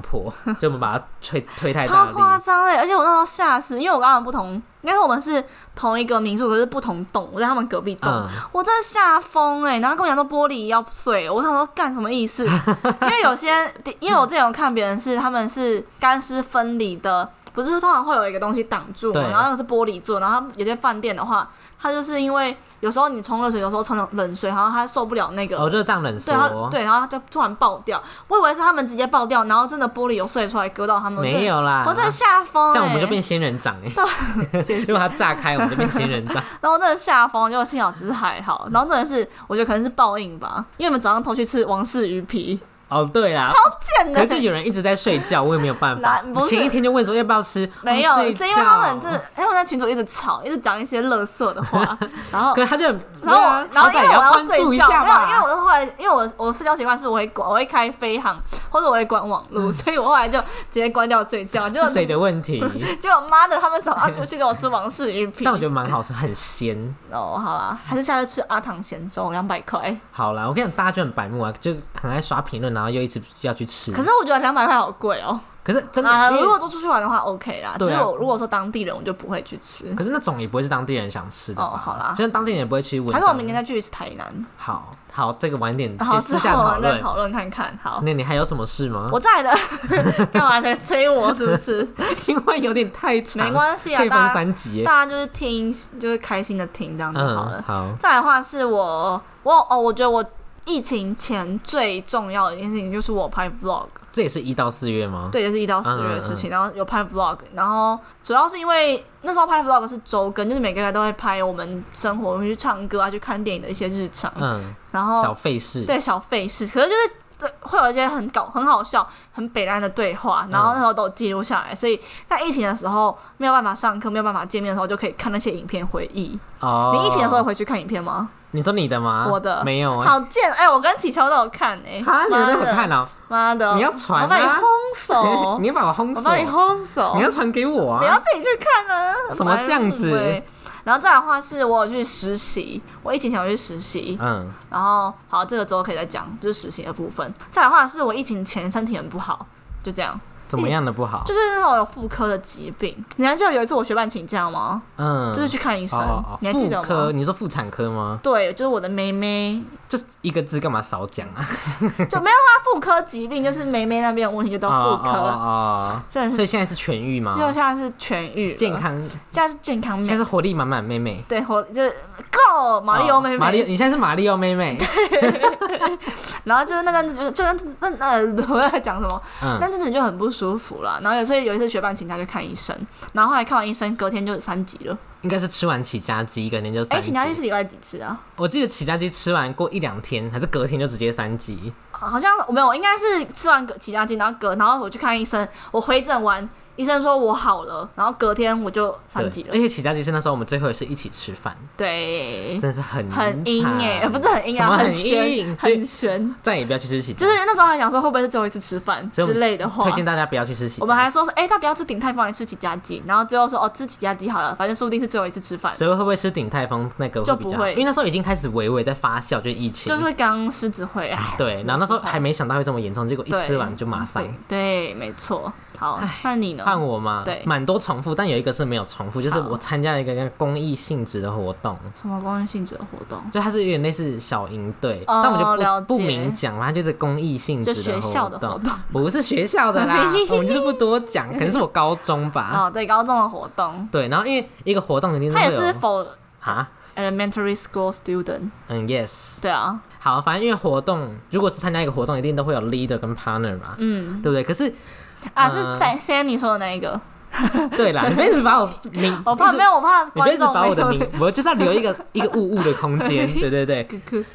<laughs> 破，就我们把他推推太大超力。夸张哎！而且我那时候吓死，因为我跟他们不同，应该是我们是同一个民宿，可是不同栋，我在他们隔壁栋，嗯，我真的吓疯哎！然后跟我讲说玻璃要碎，我想说干什么意 <laughs> 思？因为有些，因为我之前有看别人是他们是干湿分离的，不是通常会有一个东西挡住嘛，对然后那个是玻璃做，然后有些饭店的话，它就是因为有时候你冲热水，有时候冲冷水，然后它受不了那个。我哦就这样冷对，然后说，对，然后它就突然爆掉，我以为是他们直接爆掉，然后真的玻璃有碎出来割到他们，我真的没有啦，我真的吓疯、欸，这样我们就变仙人掌哎、 <laughs> 欸，如果他炸开，我们就变仙人掌。然后我真的吓疯，结果幸好只是还好，然后真的是我觉得可能是报应吧，因为我们早上偷去吃王氏鱼皮，哦，对啦，贱可的欸是就有人一直在睡觉，我也没有 <laughs> 办法哪不。是前一天就问说要不要吃，没哦有，睡是因为他们觉真的，因为我在群组一直吵，一直讲一些垃圾的 <laughs> 话，然后。可啊是他就然后我，然后好因歹为也我要关睡觉，注没一有，下吧，因为我是后来，因为我我睡觉习惯是我会关，我会开飞航或者我会关网络，所以我后来就直接关掉睡 <laughs> 觉。就是嗯谁的 <laughs> 问题？结果妈的，他们早上就去给我吃王氏鱼皮。但我觉得蛮好吃，很鲜。哦，好啦，还是下次吃阿唐咸粥，两百块。好啦，我跟你讲，大家就很白目啊，就很爱刷评论，然后又一直要去吃。可是我觉得两百块好贵哦、可是真的，啊，因为如果说出去玩的话，OK 啦。只对啊是我如果说当地人，我就不会去吃。可是那种也不会是当地人想吃的吧。哦好啦虽然当地人也不会吃文章。还是我明天再去一次台南，好好，这个晚点好去之私下后我讨们再论。讨论看看。好，那你还有什么事吗？我在的， <laughs> 干嘛在催我是不是？ <laughs> 因为有点 <laughs> 太长，没关系啊可以大分家三集耶。大家就是听，就是开心的听这样就好了嗯，。好，再来的话是我，我哦，我觉得我疫情前最重要的一件事情就是我拍 vlog，这也是一到四月吗？对，也是一到四月的事嗯情。然后有拍 vlog，然后主要是因为那时候拍 vlog 是周更，就是每个月都会拍我们生活，我们去唱歌啊，去看电影的一些日常。嗯，然后小费事。对小费事，可是就是对会有一些很搞、很好笑、很北兰的对嗯话，然后那时候都有记录下来，所以在疫情的时候没有办法上课、没有办法见面的时候，就可以看那些影片回忆。哦，你疫情的时候有回去看影片吗？你说你的吗？我的没有啊。好贱！哎、我跟启超都有看哎、哈，你们都有看了？哦。妈的，你要传啊我帮你轰手， <laughs> 你要把我轰我死哦！帮你轰手，你要传给我你要啊！自己去看呢、啊。什么这样子白目欸？然后再来的话是我有去实习，我疫情前有去实习，嗯，然后好，这个之后可以再讲，就是实习的部分。再来的话是我疫情前身体很不好，就这样。怎么样的不好？就是那种有妇科的疾病。你还记得有一次我学伴请假吗？嗯，就是去看医生，哦哦你还记得妇科，吗？你说妇产科吗？对，就是我的妹妹，就是一个字，干嘛少讲啊？就没有啊，妇科疾病就是妹妹那边的问题，就都妇科，哦哦真哦的所以是，现在是痊愈吗？ <laughs> 就现在是呃痊愈了健，康，现在是健康妹，现在是活力满满，妹妹。对活就是 Go 马里奥妹哦马里，妹，你现在是马里奥 <laughs> 妹妹。然后就是那阵子就是就那阵子那呃我在讲什么？那嗯，阵子就很不舒服了，然后有所以有一次学伴请假去看医生，然后后来看完医生，隔天就三级了。应该是吃完起家鸡，隔天就哎、三级。请假是礼拜几吃啊？我记得起家鸡吃完过一两天，还是隔天就直接三级。好像我没有，应该是吃完隔起家鸡，然后隔，然后我去看医生，我回诊完，医生说我好了，然后隔天我就三对级了而。且起家鸡是那时候我们最后也是一起吃饭，对，真的是很很阴哎、惨不是很阴什啊，么很悬，阴，所以很悬。再也不要去吃起家就是那时候还想说，会不会是最后一次吃饭之所以我们类的话推。荐大家不要去吃喜。我们还，说是，哎、到底要吃鼎泰饭还是吃起家鸡？然后最后说，哦，吃起家鸡好了，反正说不定是最后一次吃饭。所以会不会吃鼎泰丰那个就比较不好？会因为那时候已经开始微微在发酵，就是疫情，就是刚狮子会啊，对。然后那时候还没想到会这么严重，结果一吃完就马上对。对，没错。好，那你呢？换我嘛，对蛮多重复，但有一个是没有重复，就是好我参加了一个那个公益性质的活动，什么公益性质的活动？就它是有点类似小营队，哦但我了就解不不明讲嘛，它就是公益性质就学校的活动，动。不是学校 <laughs> 的啦，我们就是不多讲，可能是我高中吧。哦，对，高中的活动，对，然后因为一个活动肯定是他也会有是 for 啊， elementary school student。嗯，yes，对啊，好，反正因为活动如果是参加一个活动，一定都会有 leader 跟 partner 嘛，嗯，对不对？可是啊，嗯是 Sam Sam 你说的那一个，<laughs> 对啦，你们一直把我名，我怕没有，我怕你们观一直众把没我的有 <laughs> 名，我就是要留一个一个雾雾的空间，对对对。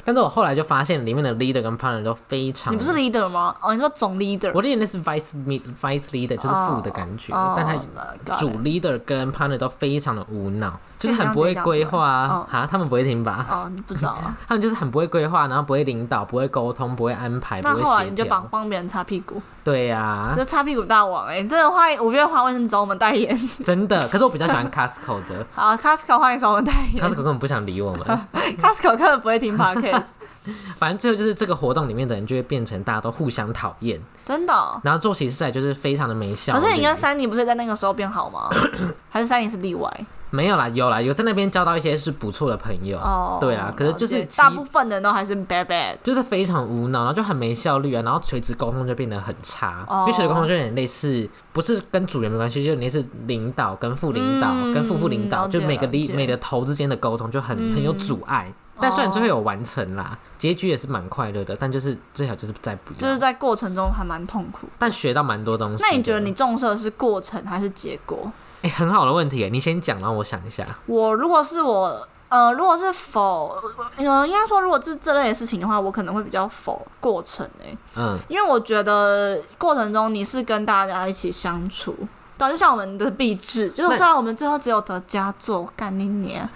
但是我后来就发现里面的 leader 跟 partner 都非常，你不是 leader 吗？哦，你说总 leader，我的那是 vice mid- vice leader，就是副的感觉，哦但他了解主 leader 跟 partner 都非常的无脑，可就以是很不会规划让啊，啊，他们不会听吧？哦，你不知道啊？他们就是很不会规划，然后不会领导，不会沟通，不会安排，不那后会啊来协你就帮调。帮别人擦屁股，对呀这、，擦屁股大王哎、欸，真的欢迎五月花卫生找我们代言， <laughs> 真的。可是我比较喜欢 Costco 的好，Costco 欢迎找我们代言，Costco 根本不想理我们。 ，Costco 根本不会听 <laughs> podcast，反正最后就是这个活动里面的人就会变成大家都互相讨厌，真的哦、然后做起事来就是非常的没效率。可是你跟珊妮不是在那个时候变好吗？还是珊妮是例外？没有啦，有啦，有在那边交到一些是不错的朋友。哦，对啦，可是就了是解其大部分的人都还是 bad bad。就是非常无脑，然后就很没效率啊，然后垂直沟通就变得很差，哦因为垂直沟通就有点类似，不是跟主人没关系，就有点类似领导跟副领导、嗯跟副副领导，了解就每个了里解嗯哦每个头之间的沟通就很、很有阻碍。但虽然最后有完成啦，结局也是蛮快乐的，但就是最好就是再不要，就是在过程中还蛮痛苦。但学到蛮多东啊西的。那你觉得你重视的是过程还是结果？哎、很好的问题耶，你先讲，让我想一下。我如果是我，呃，如果是否，呃，应该说如果是这类的事情的话，我可能会比较否过程诶、嗯，因为我觉得过程中你是跟大家一起相处。对啊，就像我们的壁纸，就是那虽然我们最后只有得佳作，干你娘！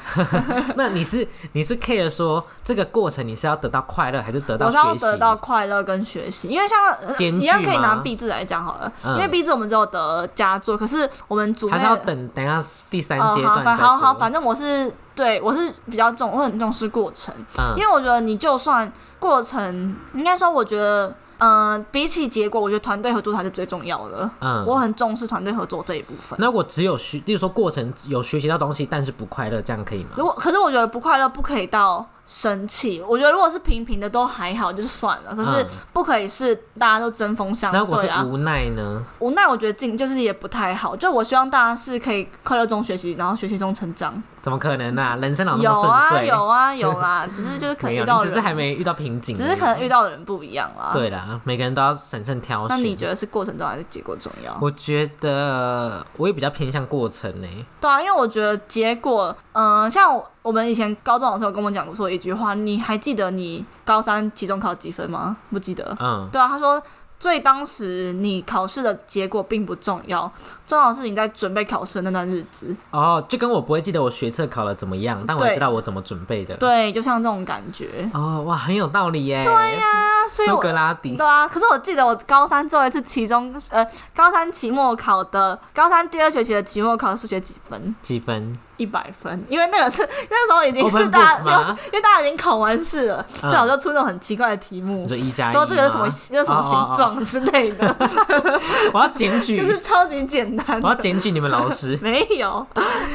那你是你是 care 说这个过程你是要得到快乐还是得到我是要学习？得到快乐跟学习，因为像呃兼具一样可以拿吗壁纸来讲好了，嗯因为壁纸我们只有得佳作，可是我们组内还是要等等一下第三哦，阶好，段再反说、好好，反正我是对我是比较重，我很重视过程，嗯因为我觉得你就算过程，应该说我觉得，嗯、比起结果，我觉得团队合作才是最重要的。嗯我很重视团队合作这一部分。那我只有学，例如说过程有学习到东西，但是不快乐，这样可以吗？如果可是我觉得不快乐不可以到生气，我觉得如果是平平的都还好，就是算了。可是嗯不可以是大家都针锋相那如果对是啊，无奈呢？无奈我觉得进就是也不太好。就我希望大家是可以快乐中学习，然后学习中成长。怎么可能呢、啊？人生哪有那有么顺啊遂？有啊有 <laughs> 啦，只是就是可能没有，遇到你人只是还没遇到瓶颈而只已，是可能遇到的人不一样啦。，对啦，每个人都要审慎挑选。那你觉得是过程中还是结果重要？我觉得我也比较偏向过程欸呢、对啊，因为我觉得结果，嗯、像我我们以前高中老师有跟我讲过一句话，你还记得你高三期中考几分吗？不记得。嗯，对啊，他说。所以当时你考试的结果并不重要，重要的是你在准备考试的那段日子。哦，就跟我不会记得我学测考了怎么样，但我对知道我怎么准备的。，对，就像这种感觉。哦，哇，很有道理耶。对呀、啊，所以苏我格拉底对。啊，可是我记得我高三最后一次期中，呃，高三期末考的，高三第二学期的期末考数学几分？几分？一百分，因为那个是 <laughs> 那时候已经是 Open 大家，book 吗嗯因为大家已经考完试了，所以老师就出那种很奇怪的题目你，说一加一说这个是什么吗这是什么形？哦状之类的， <laughs> 哦哦我要检举，就是超级简单我要的。。检举你们老师没 <laughs> 有，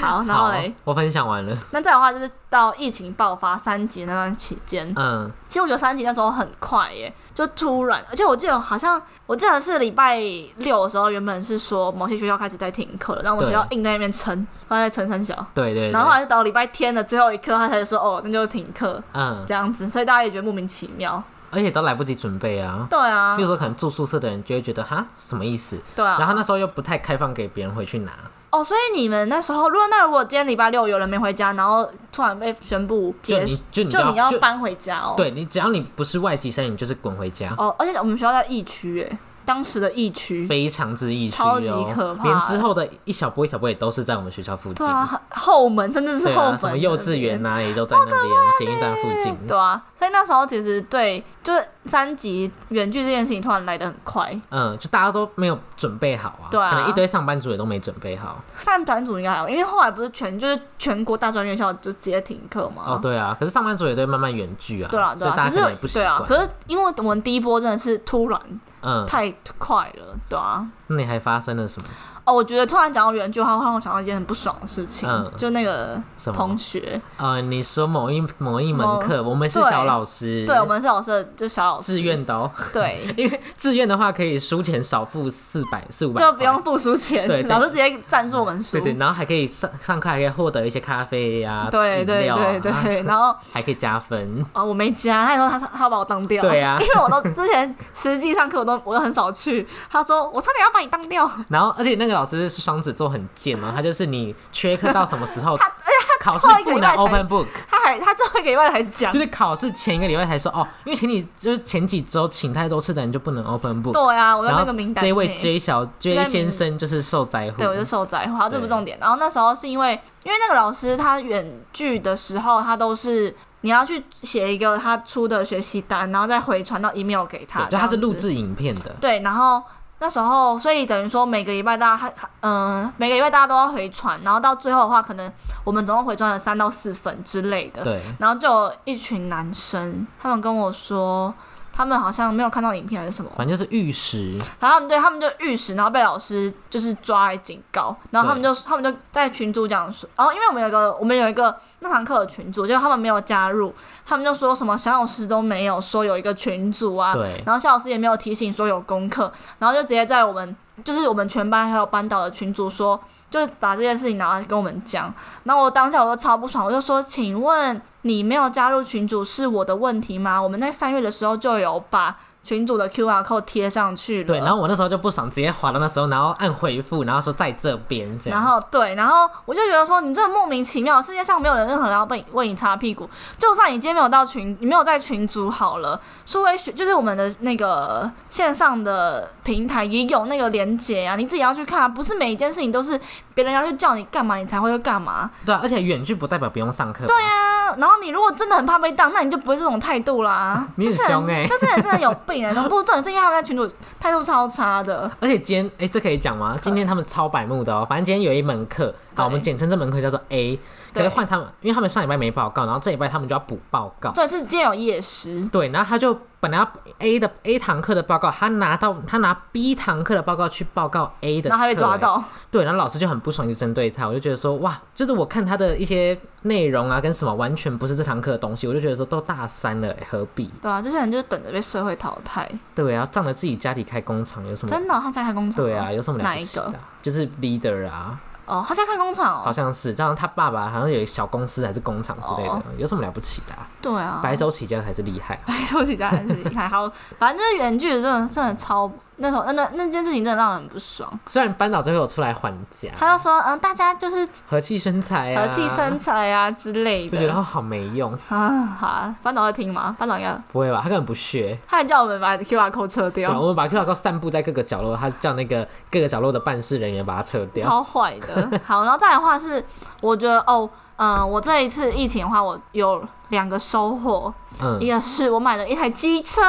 好， <laughs> 然后好嘞，，我分享完了。那再的话就是到疫情爆发三级那段期间，嗯，其实我觉得三级那时候很快耶，就突然，而且我记得好像我记得是礼拜六的时候，原本是说某些学校开始在停课了，然后我们学对校硬在那边撑，他在撑三小，对对对。然后后来是到礼拜天的最后一刻，他才说哦，那就停课嗯，这样子，所以大家也觉得莫名其妙。而且都来不及准备啊。对啊那，时候可能住宿舍的人就会觉得哈什么意思，对啊。然后那时候又不太开放给别人回去拿，哦，所以你们那时候，如果那如果今天礼拜六有人没回家，然后突然被宣布就结你束，就你就就你要就搬回家哦。。对你只要你不是外籍生，你就是滚回家，哦，而且我们学校在疫区耶，当时的疫区。非常之易区超级哦可怕连之后的一小波一小波也都是在我们学校附近对，啊，后门甚至是对后门、啊，什么幼稚园。啊也都在那边捷运站附近，对啊，所以那时候其实对，就是三级远距这件事情突然来的很快，嗯，就大家都没有准备好啊，对啊可能一堆上班族也都没准备好，上班族应该还好，因为后来不是全就是全国大专院校就直接停课嘛。哦，对啊，可是上班族也都会慢慢远距啊，对啊，对所以啊，大家只可能也不是习对啊，惯，可是因为我们第一波真的是突然嗯，太快了，对啊。那你还发生了什么？哦，我觉得突然讲到远距，话，会让我想到一件很不爽的事情，嗯就那个什么同学，呃，你说某一某一门某课，我们是对小老师，对我们是老师的，就小老师自愿的哦， <laughs> 对，因为自愿的话可以书钱少付四百四五百，就不用付书钱，对对老师直接赞助我们书对，对，然后还可以上上课还可以获得一些咖啡呀、对饮对料啊对 <laughs> 对，然后还可以加分。啊，我没加，他说他他要把我当 <laughs> 掉，对啊因为我都之前实际上课我都我都很少去，他说我差点要把你当掉，然后而且那个老师是双子座很贱哦，他就是你缺课到什么时候 <laughs> 他，考试最后一个不礼能拜才 <laughs> open book。他还他最后一个礼拜还讲就，是考试前一个礼拜才说哦，因为前几就是前几周请太多次的人就不能 open book，对啊，我在然那后个名单这一位内 J 小就在 J 名先生就是受灾户，对，我就受灾户。好，这不是对重点。然后那时候是因为，因为那个老师他远距的时候，他都是你要去写一个他出的学习单，然后再回传到 email 给他。对就他是这样子录。制影片的，对，然后那时候，所以等于说每个礼拜大家，嗯、每个礼拜大家都要回传，然后到最后的话，可能我们总共回传了三到四份之类的。对，然后就有一群男生，他们跟我说。他们好像没有看到影片还是什么，反正就是玉石，然后他们对他们就玉石，然后被老师就是抓来警告，然后他们就他们就在群组讲说，哦然后因为我们有一个我们有一个那堂课的群组，就他们没有加入，他们就说什么小老师都没有说有一个群组啊，对，然后小老师也没有提醒说有功课，然后就直接在我们就是我们全班还有班导的群组说，就把这件事情拿来跟我们讲，然后我当下我就超不爽，我就说，请问你没有加入群组是我的问题吗？我们在三月的时候就有把。群主的 QR code 贴上去了，对，然后我那时候就不爽，直接滑到那时候，然后按回复，然后说在这边这样。然后对，然后我就觉得说，你这莫名其妙，世界上没有人任何人要被你为你擦屁股。就算你今天没有到群，你没有在群组好了，数位学就是我们的那个线上的平台也有那个连接啊，你自己要去看啊，不是每一件事情都是别人要去叫你干嘛，你才会去干嘛。对啊，而且远距不代表不用上课。对啊，啊然后你如果真的很怕被当，那你就不会这种态度啦。 <laughs> 你很这些人凶欸这些人真的有病哎、欸！不，重点是因为他们在群组态度超差的。而且今天哎、这可以讲吗？今天他们超百目的哦、反正今天有一门课，好，对我们简称这门课叫做 A。可对是换他们，因为他们上礼拜没报告，然后这礼拜他们就要补报告。重点是今天有夜食，对，然后他就本来要 A 的 A 堂课的报告，他拿到他拿 B 堂课的报告去报告 A 的，然后他被抓。到。对，然后老师就很不爽，就针对他，我就觉得说，哇，就是我看他的一些内容啊，跟什么完全不是这堂课的东西，我就觉得说都大三了、欸何必？对啊，这些人就是等着被社会淘汰。对啊，仗着自己家里开工厂有什么？真的哦、他在开工厂哦？嗯对啊，有什么了哪不一起的个啊、？就是 leader 啊，哦，他在开工厂好哦。像是这样。他爸爸好像有一个小公司还是工厂之类的，哦有什么了不起的、啊？对啊，白手起家还是厉害啊。 <laughs> 白手起家还是厉害。好，反正这远距离真的真的超那时候那那那件事情真的让人不爽。虽然班导最后有出来还价，他就说，嗯，大家就是和气生财啊，和气生，财啊之类就觉得的。哦好没用，啊，好，班导会听吗？班导应该，不会吧？他根本不屑。他还叫我们把 QR code 撤对啊，掉，我们把 QR code 散布在各个角落，他叫那个各个角落的办事人员把它撤掉。超坏的。好，然后再来的话是，我觉得哦，嗯、我这一次疫情的话，我有两个收获，嗯一，个是我买了一台机车，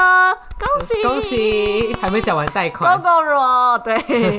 恭喜恭喜，还没缴完贷！Go 款，啊 Go Ro，对。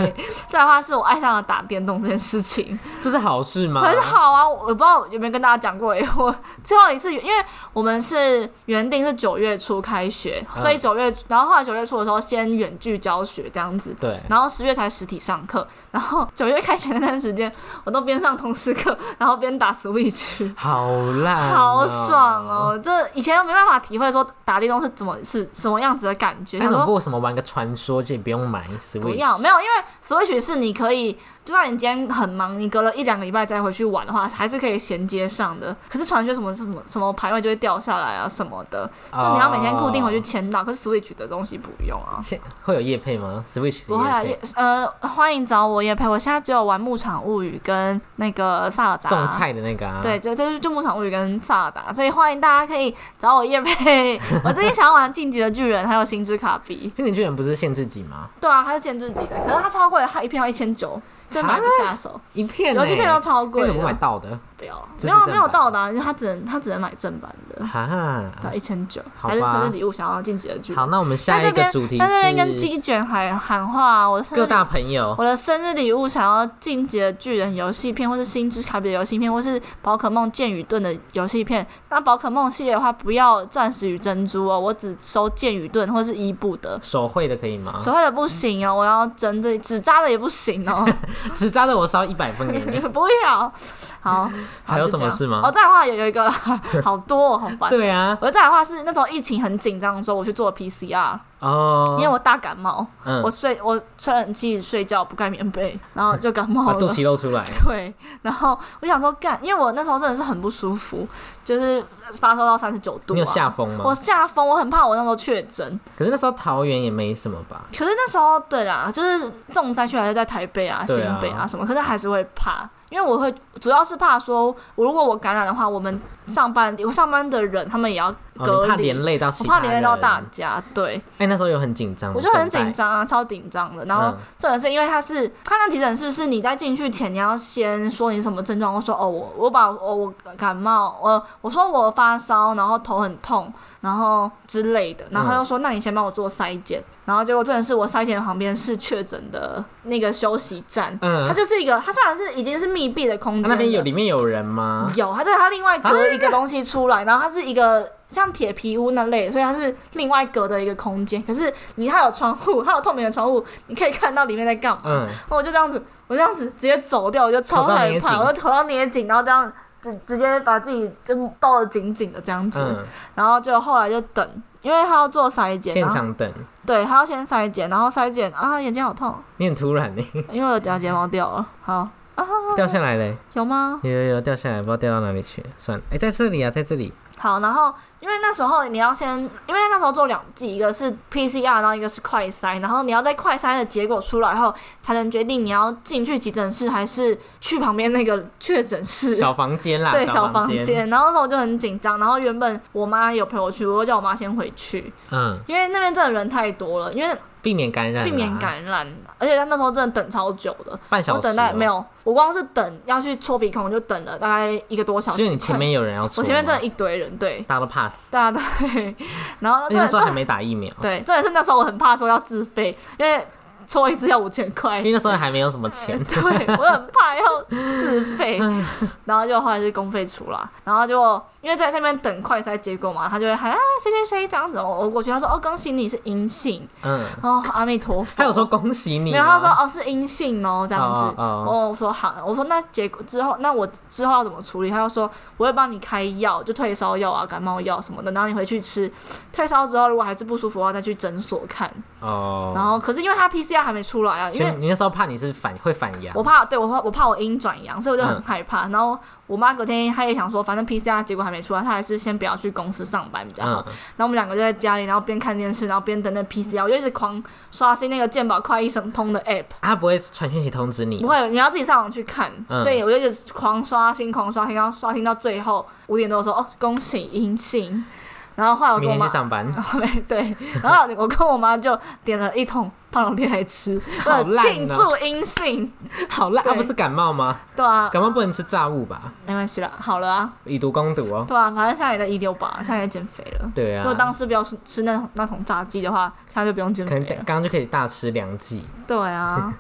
<laughs> 再来的话是我爱上了打电动这件事情，这是好事吗？很好啊！我不知道有没有跟大家讲过，因为我最后一次，因为我们是原定是九月初开学，所以嗯九月，然后后来九月初的时候先远距教学这样子，对，然后十月才实体上课，然后九月开学那段时间，我都边上通识课，然后边打 Switch，好烂、啊好爽！哦！这以前都没办法体会说打电动是怎么是什么样子的感觉，哎那想种说为什么玩个传说就不用买 Switch？不要没有，因为 Switch 是你可以，就算你今天很忙，你隔了一两个礼拜再回去玩的话，还是可以衔接上的。可是传说什么什么什么排位就会掉下来啊什么的，就你要每天固定回去哦签到，可是 Switch 的东西不用啊。现会有夜配吗？Switch 的不会啊，业也配呃，欢迎找我也陪我。现在只有玩《牧场物语》跟那个萨尔达送。菜的那个啊，对，，就就是就《牧场物语》跟萨尔达，所以欢迎大家可以找我夜配。我最近想要玩《进击的巨人》，还有《星之卡比经理巨人不是限制级吗？》。对啊，它是限制级的，可是它超贵，它一片要一千九，真买不下手。一片、欸，游戏片都超贵那的，怎么买到的？不要，这是没有啊正没有版到达，因为它只能它只能买正版的，哈、对，一千九，好还是吧生日礼物想要《进击的巨人》。好，那我们下在一这个边主题在这边跟是鸡卷喊喊话、啊，我的生日各礼大朋友，我的生日礼物想要《进击的巨人》游戏片，或是《星之卡比》的游戏片，或是《宝可梦剑与盾》的游戏片。那宝可梦系列的话，不要钻石与珍珠哦，我只收剑与盾或是伊布的。手绘的可以吗？手绘的不行哦，我要针对纸扎的也不行哦，纸扎的我烧一百分给你。不要。好， <laughs> 还好有就什么这样事吗哦，再来的话有有一个啦，好多、哦，好 <laughs> 烦。 <laughs> 对啊，我再来的话是那种疫情很紧张的时候，我去做 PCR，哦，因为我大感冒，嗯我睡我吹冷气睡觉不盖棉被，然后就感冒把了。肚脐露出来， <laughs> 对，然后我想说干，因为我那时候真的是很不舒服，就是发烧到三十九度、啊，你有下风吗我？下风，我很怕我那时候确诊。可是那时候桃园也没什么吧？可是那时候，对啦，就是重灾区还是在台北啊、新对啊北啊什么，可是还是会怕，因为我会主要是怕说，我如果我感染的话，我们上班我上班的人他们也要哦，隔你怕离。连累到我其他怕人，连累到大家，对哎、那时候有很紧张吗，我就很等待紧。张啊，超紧张的。然后嗯重点是因为它是它那急诊室是你在进去前你要先说你什么症状，我说哦我我把我我感冒，我我说我发烧，然后头很痛，然后之类的，然后他就说、那你先帮我做筛检，然后结果真的是我筛检旁边是确诊的那个休息站，嗯，啊它就是一个它虽然是已经是密闭的空间那了，那边有里面有人吗？有，它就是它另外隔一个东西出啊来，然后它是一个像铁皮屋那类的，所以它是另外隔的一个空间。可是你它有窗户，它有透明的窗户，你可以看到里面在干嘛。嗯，我就这样子，我这样子直接走掉，我就超口罩害捏怕，紧我就头要捏紧，然后这样直直接把自己就抱得紧紧的这样子，嗯，然后就后来就等，因为他要做筛检，现然后场等，对他要先筛检，然后筛检啊眼睛好痛，你很突然呢、欸因为我假睫毛掉了，好哦 <laughs> 掉下来嘞、有吗？有有有掉下来，不知道掉到哪里去了。算了，哎、在这里啊，在这里。好，然后因为那时候你要先，因为那时候做两剂，一个是 PCR，然后一个是快筛，然后你要在快筛的结果出来后，才能决定你要进去急诊室还是去旁边那个确诊室。小房间啦， <laughs> 对小小房间，间，然后那时候我就很紧张，然后原本我妈有陪我去，我就叫我妈先回去，嗯，因为那边真的人太多了，因为避免感染，避免，感染，而且她那时候真的等超久的，半小时、哦我等待没，有，我光是等要去戳鼻孔就等了大概一个多小时，只有你前面有人要出，我前面真的，一堆人，对，大家都怕死，对啊，对。 <laughs> 然后而且重那点时候还没打疫苗，哦对，重点是那时候我很怕说要自费，因为抽一次要五千块因。为那时候还没有什么 <laughs> 钱，对，我很怕要自 <laughs> 费，然后就后来是公费出啦，然后就因为在那边等快筛结果嘛，他就会喊啊谁谁谁这样子，我我过去他说哦恭喜你是阴性，嗯，然后阿弥陀佛，他有说恭喜你没吗，有，他说哦是阴性哦这样子，哦哦哦我说好，我说那结果之后，那我之后要怎么处理？他就说我会帮你开药，就退烧药啊、感冒药什么的，然后你回去吃。退烧之后如果还是不舒服的话，再去诊所看。哦，然后可是因为他 PCR 还没出来啊，因为全你那时候怕你是反会反阳，我怕对我怕我怕我阴转阳，所以我就很嗯害怕。然后我妈隔天她也想说，反正 PCR 结果还没出来，她还是先不要去公司上班比较好。嗯，然后我们两个就在家里，然后边看电视，然后边等等 PCR，我就一直狂刷新那个健保快医生通的 app。他不会传讯息通知你，不会，你要自己上网去看。嗯所以我就一直狂刷新、狂刷新，然后刷新到最后五点多的时候，哦，恭喜阴性。然后后来我跟明我妈 <laughs> 天去，上班，嗯对，然后我跟我妈就点了一桶胖龙天来吃，好为了烂哦庆祝阴性。好烂！啊，对不是感冒吗？对啊，感冒不能吃炸物吧？没关系啦，好了啊，以毒攻毒哦。对啊，反正现在也在一六八，现在也减肥了。对如啊，果当时不要吃那那桶炸鸡的话，现在就不用减可肥能了刚。刚就可以大吃两剂。对 <laughs> 啊，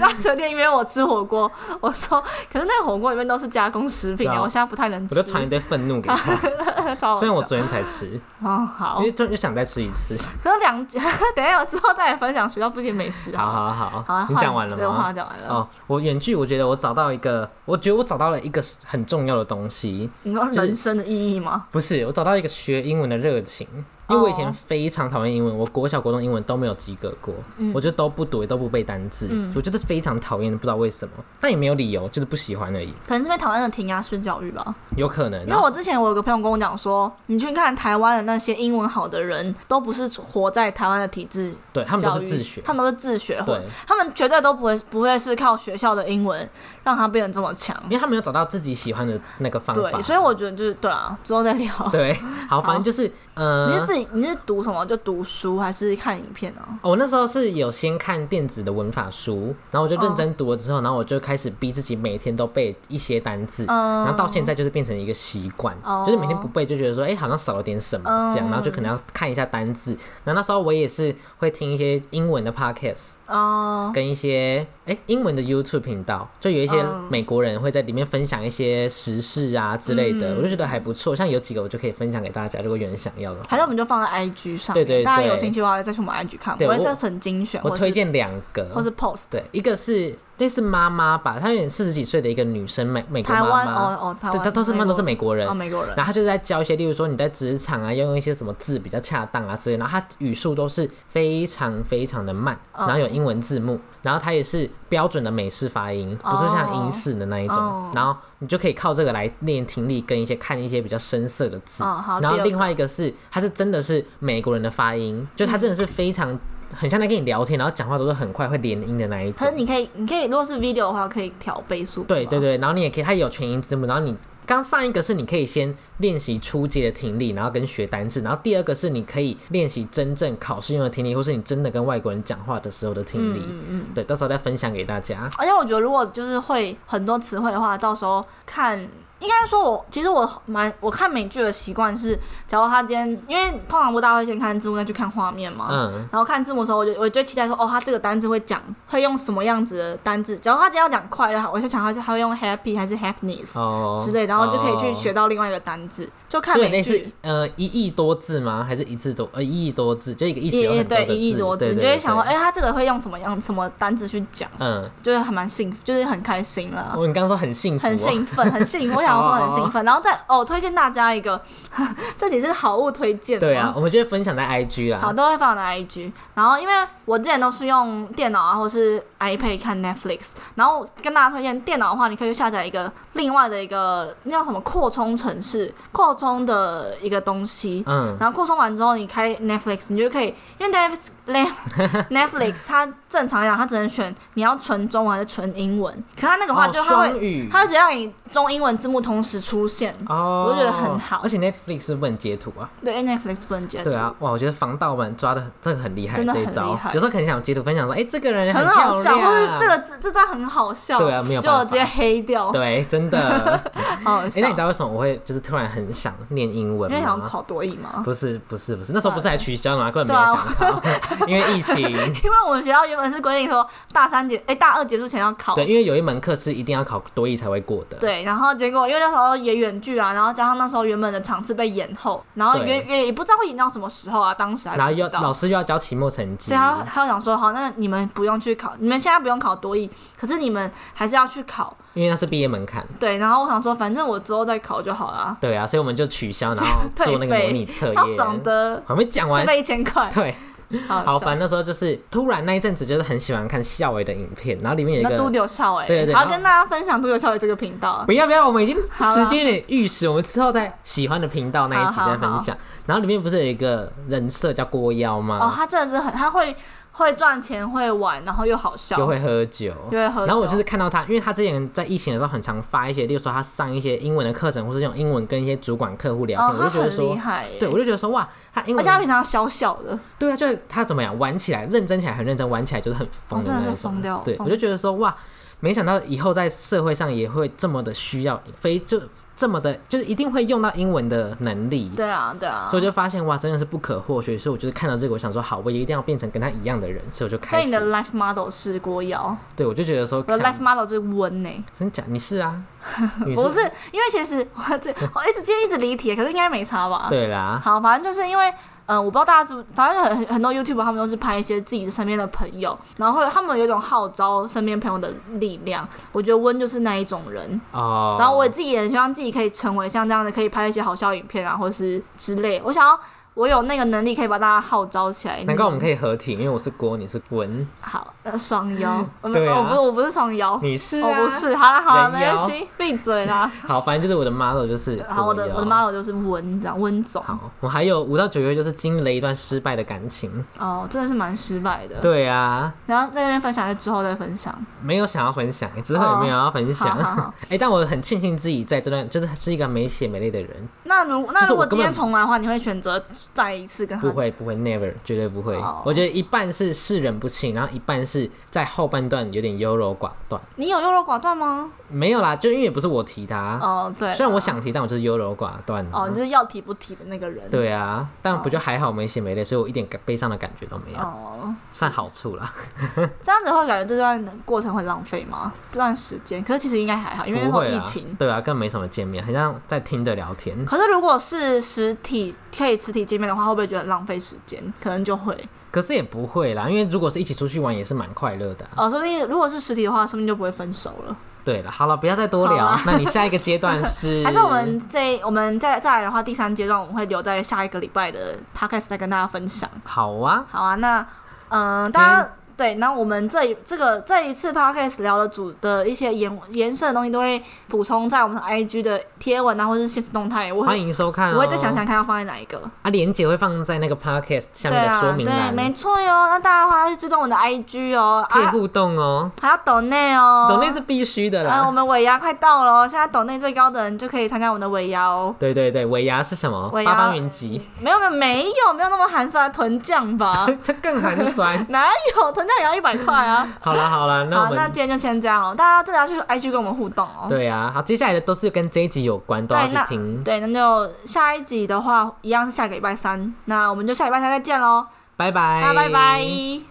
他昨天约我吃火锅，我说可是那个火锅里面都是加工食品对啊，啊我现在不太能我吃。就传一堆愤怒给他，超 <laughs> 好虽然我笑昨天才吃，哦好因，为就就想再吃一次。可是两 <laughs> 等一下我之后再来分享学校附近美食好好了。好好，好啊，你换讲完了对，我吗话？讲完了。哦，我远距，我觉得我找到一个，我觉得我找到了一个很重要的东西，你说是人生的意义吗？不是我找到一个学英文的热情，因为我以前哦非常讨厌英文，我国小、国中英文都没有及格过，嗯我就都不读，也都不背单字，我就是非常讨厌，不知道为什么，但也没有理由，就是不喜欢而已，可能这边台湾的填鸭式教育吧，有可能。啊因为我之前我有个朋友跟我讲说，你去看台湾的那些英文好的人，都不是活在台湾的体制对他们都教育，是自学，他们都是自学或对，他们绝对都不会不会是靠学校的英文让他变得这么强。因为他没有找到自己喜欢的那个方法对，。所以我觉得就是对啊，之后再聊。 <laughs> 对，好，反正就是，呃， <laughs> 你是自己你是读什么就读书还是看影片啊？哦我那时候是有先看电子的文法书，然后我就认真读了之后，然后我就开始逼自己每天都背一些单字，嗯然后到现在就是变成一个习惯，哦嗯就是每天不背就觉得说，哎、好像少了点什么这样，然后就可能要看一下单字。然后那时候我也是会听一些英文的 podcast，哦、跟一些哎、英文的 YouTube 频道，就有一些嗯美国人会在里面分享一些时事啊之类嗯的，我就觉得还不错。像有几个我就可以分享给大家，如果有人想要的话，还是我们就放在 IG 上面，对对对大家有兴趣的话再去我们 IG 看，对我会我设成精选，我或是推荐两个，或是 post 对，一个是类似妈妈吧，她有点四十几岁的一个女生，美美国台妈湾妈，哦哦，台对，湾她都是她都是美国人哦，。美国人然后她就是在教一些，例如说你在职场啊，要用一些什么字比较恰当啊之类的。然后她语速都是非常非常的慢，哦然后有英文字幕，然后她也是标准的美式发音，不是像英式的那一哦种。然后你就可以靠这个来练听力跟一些看一些比较深色的字。哦好然后第二另外一个是，她是真的是美国人的发音，就她真的嗯是非常很像在跟你聊天，然后讲话都是很快会连音的那一种可是。你可以，你可以，如果是 video 的话，可以调倍速。对是吧对，对，然后你也可以，它也有全音字幕，然后你。刚上一个是你可以先练习初阶的听力，然后跟学单字，然后第二个是你可以练习真正考试用的听力，或是你真的跟外国人讲话的时候的听嗯力。对，到时候再分享给大家。而且我觉得如果就是会很多词汇的话，到时候看，应该说我其实我蛮我看美剧的习惯是，假如他今天，因为通常不大家会先看字幕再去看画面嘛。嗯，然后看字幕的时候，我就我就期待说，哦，他这个单字会讲，会用什么样子的单字？假如他今天要讲快乐，好，我就想他他会用 happy 还是 happiness、哦之类，然后就可以去学哦到另外一个单字。就看就有点美类似剧，呃一亿多字吗？还是一字多呃一亿多字？就一个意 <laughs> 思有也很多对的字，一亿多字，对你对就会想说，对哎，他这个会用什么样什么单字去讲？嗯，就是还蛮幸福，就是很开心啦，我你刚刚说很幸福、哦，很兴奋，很兴奋，我 <laughs> 想要哦说很兴奋。然后再哦，推荐大家一个， <laughs> 这集是好物推荐，哦对啊，，我们就会分享在 IG 啦。好，都会放在 IG。然后因为我之前都是用电脑啊，或是 iPad 看 Netflix，然后跟大家推荐电脑的话，你可以去下载一个另外的一个那叫什么扩充城市，扩充的一个东西，嗯，然后扩充完之后，你开 Netflix，你就可以，因为 Netflix <laughs> Netflix 它正常来讲，它只能选你要纯中文还是纯英文，可它那个话哦就它双会，语，它会只让你中英文字幕同时出现。哦，我就觉得很好而且 Netflix 是不能截图啊。对，因为 Netflix 不能接对啊，哇，我觉得防盗们抓的这个很厉害，真的这很一招厉害有时候可能想截图分享说，哎、这个人很漂好亮，啊笑，或是这个字这段很好笑，对啊没有就我办法直接黑掉， <laughs> 对，真 <laughs> 的。哎、好好笑。那你知道为什么我会就是突然很想念英文因为想要吗？考多译吗？不是不是不是，那时候不啊是还取消吗？根本没有想到， <laughs> 因为疫 <laughs> 情。因为我们学校原本是规定说大三结哎、大二结束前要考，对，因为有一门课是一定要考多译才会过的。对，然后结果因为那时候也远距啊，然后加上那时候原本的场次被延后，然后对也也也不知道会延到什么时候啊，当时还然后不又知老道。师又要交期末成绩所以，他他就想说，好，那你们不用去考，你们现在不用考多艺，可是你们还是要去考，因为那是毕业门槛。对。然后我想说，反正我之后再考就好啦，对啊，所以我们就取消，然后 <laughs> 退做那个费模拟测验。超爽的，还没讲会完。被一千块，对，好好，好反正那时候就是突然那一阵子就是很喜欢看校伟的影片，然后里面有一那都个。丢笑哎，对对对好然后嗯跟大家分享都丢笑哎这个频道啊不，要不要，我们已经好啦时间有点预示，我们之后在喜欢的频道那一集再分好好享。然后里面不是有一个人设叫郭妖哦，吗？他真的是很，他会会赚钱、会玩，然后又好笑，又会喝酒，又会喝酒。然后我就是看到他，因为他之前在疫情的时候很常发一些，例如说他上一些英文的课程，或是用英文跟一些主管、客户聊哦，天，我他就觉得很厉说，害耶，对我就觉得说哇，他而英文且他平常小小的，对啊，就是他怎么样玩起来，认真起来很认真，玩起来就是很疯哦真那的种。是疯掉对，疯我就觉得说哇，没想到以后在社会上也会这么的需要，非就这么的，就是一定会用到英文的能力。对啊，对啊。所以我就发现哇，真的是不可或缺。所以我就是看到这个，我想说好，我也一定要变成跟他一样的人。所以我就所开以你的始， life model 是郭瑶，对我就觉得说，我的想 life model 是温呢、真假？你是 <laughs> 啊，你不是，因为其实我 <laughs> 这我一直今天一直离题，可是应该没差吧？对啦，好，反正就是因为，嗯、我不知道大家知不，反正很很多 YouTube 他们都是拍一些自己身边的朋友，然后会他们有一种号召身边朋友的力量。我觉得温就是那一种人。哦。然后我也自己也很希望自己可以成为像这样的，可以拍一些好笑影片啊，或是之类。我想要我有那个能力可以把大家号召起来。难怪我们以可以合体，因为我是郭，你是文，好，呃，双 <laughs> 腰，我们哦对啊我不是我不是双腰，你是、我不。是。好了好了，人没关妖系，闭嘴 <laughs> 啦。好，反正就是我的 model 就是好，我的郭我的瑶 model 就是温这样温总，好，我还有五到九月就是经历了一段失败的感情。哦，真的是蛮失败的。对啊，然后在那边分享，之后再分享。没有想要分享，之后也没有要分享。哦好好 <laughs> 哎、好但我很庆幸自己在这段就是是一个没血没泪的人，那如那就是如我果今根本天重来的话，你会选择再一次跟他不？会不会，never 绝对不会。哦我觉得一半是世人不清，然后一半是在后半段有点优柔寡断。你有优柔寡断吗？没有啦，就因为也不是我提他，哦，对。啊虽然我，想提，但我就是优柔寡断啊。哦，你就是要提不提的那个人。。对啊，但不就还好没血没泪，所以我一点悲伤的感觉都没有，哦，算好处啦。这样子会感觉这段过程会浪费吗？这段时间，可是其实应该还好，因为那时不候会疫啦情。对啊，更没什么见面，很像在听着聊天。可是如果是实体可以实体见面的话，会不会觉得很浪费时间？可能就会。可是也不会啦，因为如果是一起出去玩，也是蛮快乐的啊、哦，说不定如果是实体的话，说不定就不会分手了。对了，好了，不要再多聊。好啊？那你下一个阶段是 <laughs> 还是我们这我们再再来的话，第三阶段我们会留在下一个礼拜的 podcast 再跟大家分享。好啊，好啊，那嗯、呃大家对，那我们这一这个这一次 podcast 聊的主的一些延延伸的东西，都会补充在我们的 IG 的贴文啊，或是现实动态，我欢会迎收看、哦。我会再想想看要放在哪一个。啊，连姐会放在那个 podcast 下对面的啊说，明对，栏，没错哟。那大家的话要去追踪我们的 IG 哦，可以啊，互动哦。还要抖内哦，懂内是必须的嗯，啦。我们尾牙快到了哦，现在抖内最高的人就可以参加我们的尾牙哦。对对对，尾牙是什么？尾牙八方云集，没有没有没有没有那么寒酸，囤酱 <laughs> 吧？。它更寒酸 <laughs> 哪有囤酱也要一百块啊？好啦好啦， <laughs> 那好我，那们今天就先这样哦，大家真的要去 IG 跟我们互动哦。对啊，好，接下来的都是跟这一集有关，都要对，去那听。对，那就下一啊集的话，一样是下个礼拜三，那我们就下礼拜三再见喽，拜拜，那拜拜